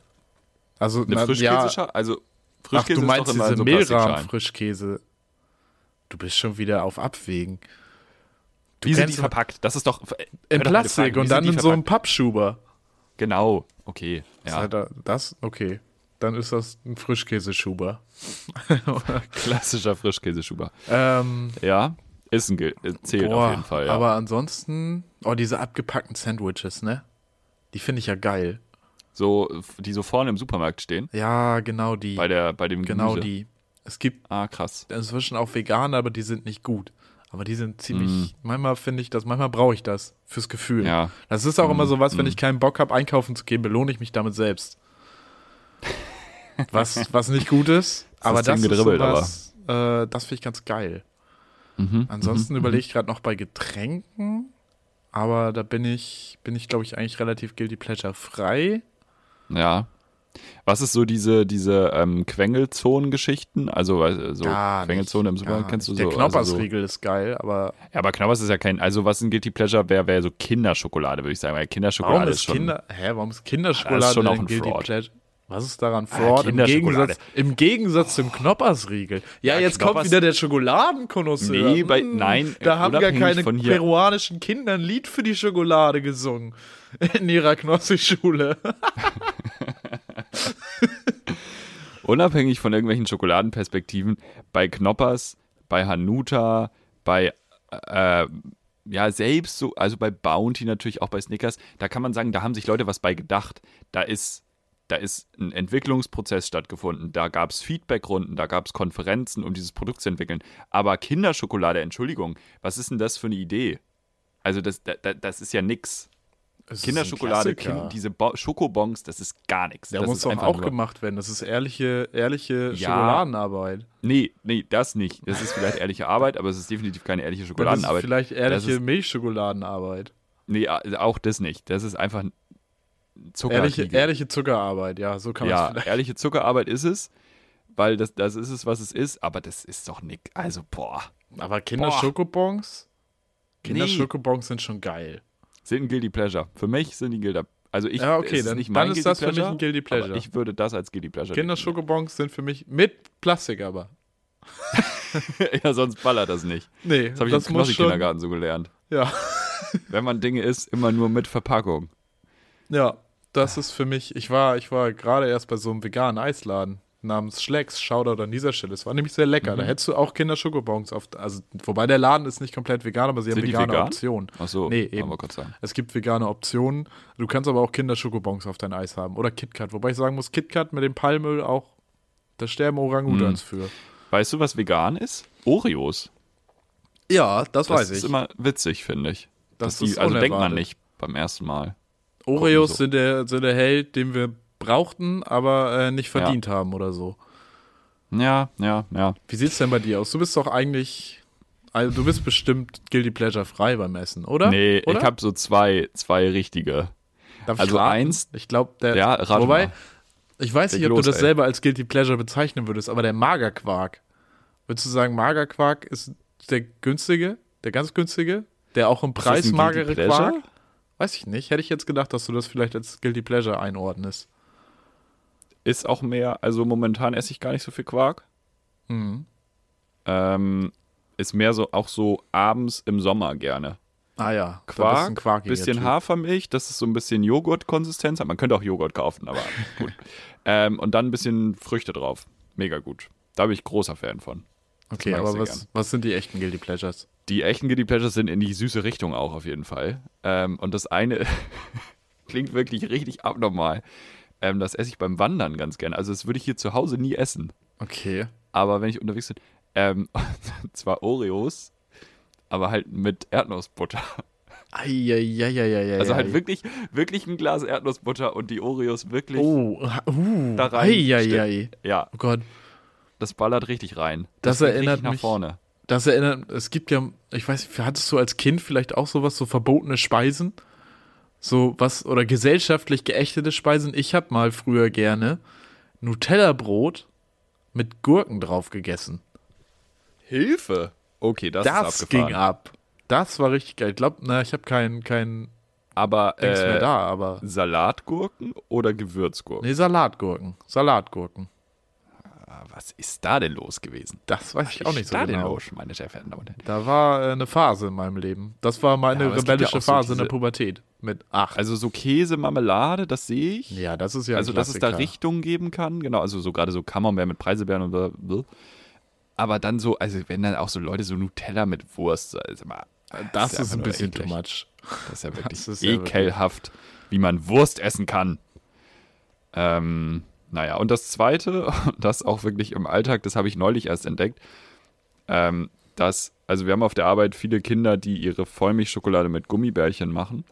[SPEAKER 2] Also,
[SPEAKER 1] Eine
[SPEAKER 2] na, ja.
[SPEAKER 1] Frischkäseschale, also
[SPEAKER 2] Ach,
[SPEAKER 1] Frischkäse
[SPEAKER 2] du meinst
[SPEAKER 1] ist doch immer
[SPEAKER 2] diese
[SPEAKER 1] in so Plastikschalen.
[SPEAKER 2] Mehlrahmen-Frischkäse. Du bist schon wieder auf Abwägen. Du
[SPEAKER 1] Wie sind die
[SPEAKER 2] kennst-
[SPEAKER 1] verpackt? Das ist doch
[SPEAKER 2] In
[SPEAKER 1] Hör doch meine Frage,
[SPEAKER 2] Plastik
[SPEAKER 1] wie
[SPEAKER 2] und
[SPEAKER 1] sind
[SPEAKER 2] dann
[SPEAKER 1] die
[SPEAKER 2] in so einem
[SPEAKER 1] verpackt?
[SPEAKER 2] Pappschuber.
[SPEAKER 1] Genau, okay. Ja,
[SPEAKER 2] Ja. Das, halt okay. Dann ist das ein Frischkäseschuber.
[SPEAKER 1] klassischer Frischkäseschuber.
[SPEAKER 2] ähm,
[SPEAKER 1] Ja, ist ein Ge äh, zählt
[SPEAKER 2] boah,
[SPEAKER 1] auf jeden Fall. Ja.
[SPEAKER 2] aber ansonsten, oh, diese abgepackten Sandwiches, ne? Die finde ich ja geil.
[SPEAKER 1] so f- die so vorne im Supermarkt stehen,
[SPEAKER 2] Ja, genau die.
[SPEAKER 1] bei der bei dem
[SPEAKER 2] genau
[SPEAKER 1] Gemüse.
[SPEAKER 2] die. Es gibt
[SPEAKER 1] Ah, krass.
[SPEAKER 2] inzwischen auch Veganer, aber die sind nicht gut. Aber die sind ziemlich, manchmal finde ich das, manchmal brauche ich das fürs Gefühl.
[SPEAKER 1] Mhm. Ja.
[SPEAKER 2] Das ist auch
[SPEAKER 1] Mm,
[SPEAKER 2] immer so was, wenn ich keinen Bock habe, einkaufen zu gehen, belohne ich mich damit selbst. Was, was nicht gut ist, aber
[SPEAKER 1] System
[SPEAKER 2] das ist
[SPEAKER 1] gedribbelt, Mhm,
[SPEAKER 2] sowas, äh, das finde ich ganz geil. Ansonsten überlege ich gerade noch bei Getränken, aber da bin ich, bin ich glaube ich eigentlich relativ guilty pleasure frei.
[SPEAKER 1] Oh, Ja. Was ist so diese diese ähm, Quengelzonen-Geschichten? Also äh, so
[SPEAKER 2] Gar
[SPEAKER 1] Quengelzone im
[SPEAKER 2] Ah, nicht,
[SPEAKER 1] Supermarkt
[SPEAKER 2] gar
[SPEAKER 1] kennst du
[SPEAKER 2] nicht.
[SPEAKER 1] so.
[SPEAKER 2] Der
[SPEAKER 1] also so
[SPEAKER 2] Knoppersriegel ist geil, aber
[SPEAKER 1] ja, aber Knoppers ist ja kein. Also was ein guilty pleasure wäre, wäre so Kinderschokolade, würde ich sagen. Weil Kinderschokolade
[SPEAKER 2] warum
[SPEAKER 1] ist
[SPEAKER 2] ist
[SPEAKER 1] schon.
[SPEAKER 2] Kinder, hä, warum ist Kinderschokolade
[SPEAKER 1] schon auch
[SPEAKER 2] denn
[SPEAKER 1] ein
[SPEAKER 2] guilty
[SPEAKER 1] Fraud. Ah,
[SPEAKER 2] pleasure? Was ist daran Fraud? Im
[SPEAKER 1] Kinderschokolade.
[SPEAKER 2] Gegensatz, Im Gegensatz zum Knoppersriegel. Ja,
[SPEAKER 1] Ja,
[SPEAKER 2] jetzt kommt
[SPEAKER 1] Knoppers-
[SPEAKER 2] wieder der Schokoladenkonnoisseur.
[SPEAKER 1] Nee, bei-
[SPEAKER 2] Mm,
[SPEAKER 1] nein,
[SPEAKER 2] Da haben gar
[SPEAKER 1] unabhängig
[SPEAKER 2] keine
[SPEAKER 1] von hier.
[SPEAKER 2] peruanischen Kinder ein Lied für die Schokolade gesungen. In ihrer Knossi-Schule.
[SPEAKER 1] unabhängig von irgendwelchen Schokoladenperspektiven, bei Knoppers, bei Hanuta, bei äh, ja, selbst so, also bei Bounty natürlich, auch bei Snickers, da kann man sagen, da haben sich Leute was bei gedacht. Da ist, da ist ein Entwicklungsprozess stattgefunden, da gab es Feedbackrunden, da gab es Konferenzen, um dieses Produkt zu entwickeln. Aber Kinderschokolade, Entschuldigung, was ist denn das für eine Idee? Also, das, das, das ist ja nix.
[SPEAKER 2] Es ist ein
[SPEAKER 1] Kinderschokolade,
[SPEAKER 2] Klassiker.
[SPEAKER 1] kind, diese Bo Schokobons, das ist gar nichts.
[SPEAKER 2] Da
[SPEAKER 1] das
[SPEAKER 2] muss
[SPEAKER 1] ist
[SPEAKER 2] doch
[SPEAKER 1] einfach
[SPEAKER 2] auch
[SPEAKER 1] nur-
[SPEAKER 2] gemacht werden. Das ist ehrliche, ehrliche
[SPEAKER 1] Ja.
[SPEAKER 2] Schokoladenarbeit.
[SPEAKER 1] Nee, nee, das nicht. Das ist vielleicht ehrliche Arbeit, aber es ist definitiv keine ehrliche
[SPEAKER 2] Das ist
[SPEAKER 1] Schokoladenarbeit.
[SPEAKER 2] vielleicht
[SPEAKER 1] Das
[SPEAKER 2] ehrliche
[SPEAKER 1] ist-
[SPEAKER 2] Milchschokoladenarbeit.
[SPEAKER 1] nee, a- auch das nicht. Das ist einfach Zucker.
[SPEAKER 2] Ehrliche, ehrliche Zuckerarbeit, ja, so kann man es
[SPEAKER 1] ja,
[SPEAKER 2] vielleicht.
[SPEAKER 1] ehrliche Zuckerarbeit ist es, weil das, das ist es, was es ist, aber das ist doch nick. Also, boah.
[SPEAKER 2] Aber Kinderschokobons? Kinderschokobons sind schon geil.
[SPEAKER 1] Sind ein Guilty Pleasure. Für mich sind die Guilty Pleasure. Also ich,
[SPEAKER 2] Ja, okay,
[SPEAKER 1] es ist
[SPEAKER 2] dann-
[SPEAKER 1] nicht
[SPEAKER 2] dann
[SPEAKER 1] mein
[SPEAKER 2] ist
[SPEAKER 1] Guilty
[SPEAKER 2] das für mich
[SPEAKER 1] Pleasure,
[SPEAKER 2] ein Guilty Pleasure.
[SPEAKER 1] Aber ich würde das als Guilty Pleasure
[SPEAKER 2] Kinderschokobons sind für mich mit Plastik aber.
[SPEAKER 1] definieren. ja, sonst ballert das nicht.
[SPEAKER 2] Nee,
[SPEAKER 1] Das habe ich im
[SPEAKER 2] muss schon.
[SPEAKER 1] Knossi-Kindergarten so gelernt.
[SPEAKER 2] Ja,
[SPEAKER 1] Wenn man Dinge isst, immer nur mit Verpackung.
[SPEAKER 2] ja, das ist für mich. Ich war, ich war gerade erst bei so einem veganen Eisladen. namens Schlecks. Shoutout an dieser Stelle. Es war nämlich sehr lecker. Da
[SPEAKER 1] Mhm.
[SPEAKER 2] hättest du auch Kinder-Schokobons auf. Also, wobei der Laden ist nicht komplett vegan, aber sie haben
[SPEAKER 1] Sind die
[SPEAKER 2] vegane
[SPEAKER 1] vegan?
[SPEAKER 2] Optionen.
[SPEAKER 1] Achso,
[SPEAKER 2] Nee, eben.
[SPEAKER 1] aber Gott sagen.
[SPEAKER 2] Es gibt vegane Optionen. Du kannst aber auch Kinder-Schokobons auf dein Eis haben. Oder KitKat. Wobei ich sagen muss, KitKat mit dem Palmöl auch. Da sterben Orang-Utans
[SPEAKER 1] Mhm.
[SPEAKER 2] für.
[SPEAKER 1] Weißt du, was vegan ist? Oreos.
[SPEAKER 2] Ja,
[SPEAKER 1] Das ist immer witzig, finde ich.
[SPEAKER 2] Das
[SPEAKER 1] Dass die,
[SPEAKER 2] ist
[SPEAKER 1] also denkt man
[SPEAKER 2] unerwartet.
[SPEAKER 1] nicht beim ersten Mal.
[SPEAKER 2] Oreos
[SPEAKER 1] so.
[SPEAKER 2] sind, der, sind der Held, den wir brauchten, aber äh, nicht verdient haben oder so.
[SPEAKER 1] Ja, ja, ja.
[SPEAKER 2] Wie sieht's denn bei dir aus? Du bist doch eigentlich. Also du bist bestimmt Guilty Pleasure frei beim Essen, oder?
[SPEAKER 1] Nee,
[SPEAKER 2] oder?
[SPEAKER 1] ich habe so zwei, zwei richtige.
[SPEAKER 2] Darf ich
[SPEAKER 1] also
[SPEAKER 2] raten?
[SPEAKER 1] eins-
[SPEAKER 2] Ich glaube, der.
[SPEAKER 1] Ja, rate
[SPEAKER 2] wobei,
[SPEAKER 1] mal.
[SPEAKER 2] ich weiß
[SPEAKER 1] Leg
[SPEAKER 2] nicht, ob
[SPEAKER 1] los,
[SPEAKER 2] du das
[SPEAKER 1] ey.
[SPEAKER 2] selber als Guilty Pleasure bezeichnen würdest, aber der Magerquark. Würdest du sagen, Magerquark ist der günstige, der ganz günstige, der auch im Preis
[SPEAKER 1] ein Guilty
[SPEAKER 2] magere
[SPEAKER 1] Pleasure?
[SPEAKER 2] Quark? Weiß ich nicht. Hätte ich jetzt gedacht, dass du das vielleicht als Guilty Pleasure einordnest.
[SPEAKER 1] Ist auch mehr, also momentan esse ich gar nicht so viel Quark.
[SPEAKER 2] Mhm.
[SPEAKER 1] Ähm, ist mehr so auch so abends im Sommer gerne.
[SPEAKER 2] Ah ja, das ist ein
[SPEAKER 1] Quark,
[SPEAKER 2] quarkiger
[SPEAKER 1] bisschen
[SPEAKER 2] Typ.
[SPEAKER 1] Hafermilch, das ist so ein bisschen Joghurtkonsistenz. hat. Man könnte auch Joghurt kaufen, aber gut. Ähm, und dann ein bisschen Früchte drauf. Mega gut. Da bin ich großer Fan von.
[SPEAKER 2] Okay,
[SPEAKER 1] mag ich
[SPEAKER 2] aber
[SPEAKER 1] sehr
[SPEAKER 2] was,
[SPEAKER 1] gern.
[SPEAKER 2] was sind die echten Guilty Pleasures?
[SPEAKER 1] Die echten Guilty Pleasures sind in die süße Richtung auch auf jeden Fall. Ähm, und das eine klingt wirklich richtig abnormal. Ähm, das esse ich beim Wandern ganz gerne. Also das würde ich hier zu Hause nie essen.
[SPEAKER 2] Okay.
[SPEAKER 1] aber wenn ich unterwegs bin, ähm, zwar Oreos, aber halt mit Erdnussbutter.
[SPEAKER 2] Eieieiei.
[SPEAKER 1] Also halt wirklich, wirklich ein Glas Erdnussbutter und die Oreos wirklich
[SPEAKER 2] Oh, uh,
[SPEAKER 1] da rein.
[SPEAKER 2] eieiei.
[SPEAKER 1] Ja,
[SPEAKER 2] Oh Gott,
[SPEAKER 1] das ballert richtig rein.
[SPEAKER 2] Das
[SPEAKER 1] geht
[SPEAKER 2] erinnert
[SPEAKER 1] richtig nach
[SPEAKER 2] mich-
[SPEAKER 1] vorne.
[SPEAKER 2] das erinnert, es gibt ja, ich weiß nicht, hattest du als Kind vielleicht auch sowas, so verbotene Speisen? So was, oder gesellschaftlich geächtete Speisen? Ich habe mal früher gerne Nutella-Brot mit Gurken drauf gegessen.
[SPEAKER 1] Hilfe! Okay, das, ist
[SPEAKER 2] Das
[SPEAKER 1] abgefahren.
[SPEAKER 2] ging ab. Das war richtig geil. Ich glaube, na, ich habe keinen kein
[SPEAKER 1] Aber
[SPEAKER 2] Dings mehr
[SPEAKER 1] äh,
[SPEAKER 2] da, aber.
[SPEAKER 1] Salatgurken oder Gewürzgurken?
[SPEAKER 2] Nee, Salatgurken. Salatgurken.
[SPEAKER 1] Ah, Was ist da denn los gewesen?
[SPEAKER 2] Das weiß ich auch nicht
[SPEAKER 1] ist
[SPEAKER 2] so
[SPEAKER 1] da denn
[SPEAKER 2] genau.
[SPEAKER 1] los, meine sehr verehrten Damen und Herren?
[SPEAKER 2] Da war äh, eine Phase in meinem Leben. Das war meine
[SPEAKER 1] Ja, aber es gibt
[SPEAKER 2] rebellische
[SPEAKER 1] ja auch so
[SPEAKER 2] Phase in der
[SPEAKER 1] diese-
[SPEAKER 2] Pubertät mit acht.
[SPEAKER 1] Also so Käse, Marmelade, das sehe ich.
[SPEAKER 2] ja, das ist ja ein
[SPEAKER 1] also, dass es da
[SPEAKER 2] Klassiker.
[SPEAKER 1] Richtung geben kann. Genau, also so gerade so Camembert mit Preiselbeeren und bla, bla. Aber dann so, also wenn dann auch so Leute so Nutella mit Wurst, also mal,
[SPEAKER 2] Das
[SPEAKER 1] ja
[SPEAKER 2] ist
[SPEAKER 1] einfach
[SPEAKER 2] ein
[SPEAKER 1] nur
[SPEAKER 2] bisschen
[SPEAKER 1] eklig.
[SPEAKER 2] too much.
[SPEAKER 1] Das ist ja wirklich
[SPEAKER 2] Das ist ja
[SPEAKER 1] ekelhaft, wie man Wurst essen kann. Ähm, naja, und das Zweite, und das auch wirklich im Alltag, das habe ich neulich erst entdeckt, ähm, dass, also wir haben auf der Arbeit viele Kinder, die ihre Vollmilchschokolade mit Gummibärchen machen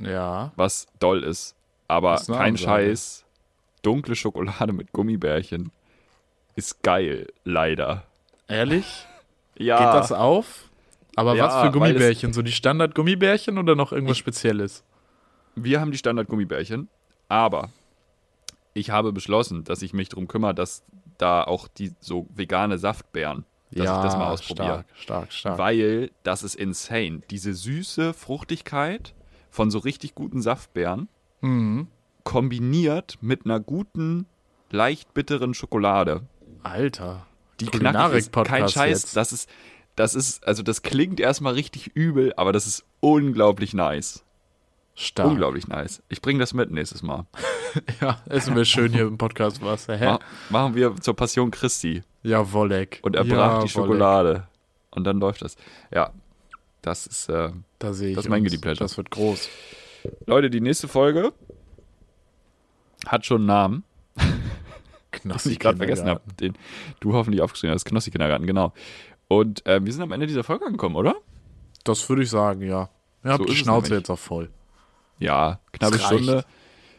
[SPEAKER 2] Ja.
[SPEAKER 1] was doll ist. Aber
[SPEAKER 2] Das ist eine
[SPEAKER 1] kein
[SPEAKER 2] Ansage.
[SPEAKER 1] Scheiß. Dunkle Schokolade mit Gummibärchen ist geil, leider.
[SPEAKER 2] Ehrlich?
[SPEAKER 1] Ja,
[SPEAKER 2] Geht das auf? Aber
[SPEAKER 1] Ja,
[SPEAKER 2] was für
[SPEAKER 1] weil es-
[SPEAKER 2] Gummibärchen? So die Standard-Gummibärchen oder noch irgendwas Spezielles?
[SPEAKER 1] wir haben die Standard-Gummibärchen, aber ich habe beschlossen, dass ich mich drum kümmere, dass da auch die so vegane Saftbeeren, dass
[SPEAKER 2] ja,
[SPEAKER 1] ich das mal ausprobiere.
[SPEAKER 2] stark, stark, stark.
[SPEAKER 1] Weil das ist insane. Diese süße Fruchtigkeit von so richtig guten Saftbeeren
[SPEAKER 2] Mhm.
[SPEAKER 1] kombiniert mit einer guten, leicht bitteren Schokolade.
[SPEAKER 2] Alter.
[SPEAKER 1] die knackig ist.
[SPEAKER 2] Kulinarik-Podcast
[SPEAKER 1] Kein Scheiß,
[SPEAKER 2] jetzt.
[SPEAKER 1] das ist, das ist, also das klingt erstmal richtig übel, aber das ist unglaublich nice.
[SPEAKER 2] Stark.
[SPEAKER 1] Unglaublich nice. Ich bringe das mit nächstes Mal.
[SPEAKER 2] Ja, essen wir schön hier im Podcast was. Hä?
[SPEAKER 1] Ma machen wir zur Passion Christi
[SPEAKER 2] Ja, Wolleck.
[SPEAKER 1] und
[SPEAKER 2] ja,
[SPEAKER 1] er brach die
[SPEAKER 2] Wolleck.
[SPEAKER 1] Schokolade. Und dann läuft das. Ja, das ist, äh,
[SPEAKER 2] Da sehe ich
[SPEAKER 1] Das ist mein
[SPEAKER 2] uns.
[SPEAKER 1] Guilty Pleasure.
[SPEAKER 2] Das wird groß.
[SPEAKER 1] Leute, die nächste Folge hat schon einen Namen,
[SPEAKER 2] Knossi
[SPEAKER 1] den ich gerade vergessen habe, den du hoffentlich aufgeschrieben hast, Knossi-Kindergarten, genau. Und äh, wir sind am Ende dieser Folge angekommen, oder?
[SPEAKER 2] Das würde ich sagen, ja. Ihr habt
[SPEAKER 1] So
[SPEAKER 2] die
[SPEAKER 1] ist es
[SPEAKER 2] Schnauze
[SPEAKER 1] nämlich.
[SPEAKER 2] jetzt auch voll.
[SPEAKER 1] Ja, knappe
[SPEAKER 2] Das reicht.
[SPEAKER 1] Stunde.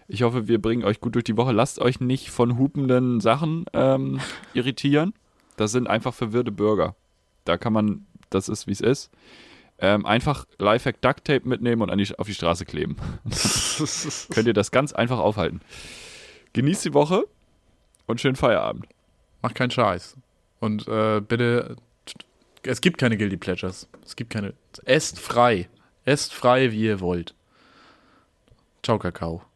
[SPEAKER 1] Ich hoffe, wir bringen euch gut durch die Woche. Lasst euch nicht von hupenden Sachen ähm, irritieren. Das sind einfach verwirrte Bürger. Da kann man, das ist wie es ist. Ähm, einfach Lifehack Duct Tape mitnehmen und an die, auf die Straße kleben. Könnt ihr das ganz einfach aufhalten. Genießt die Woche und schönen Feierabend.
[SPEAKER 2] Macht keinen Scheiß. Und äh, bitte, es gibt keine Guilty Pleasures. Es gibt keine. Esst frei. Esst frei, wie ihr wollt. Ciao, Kakao.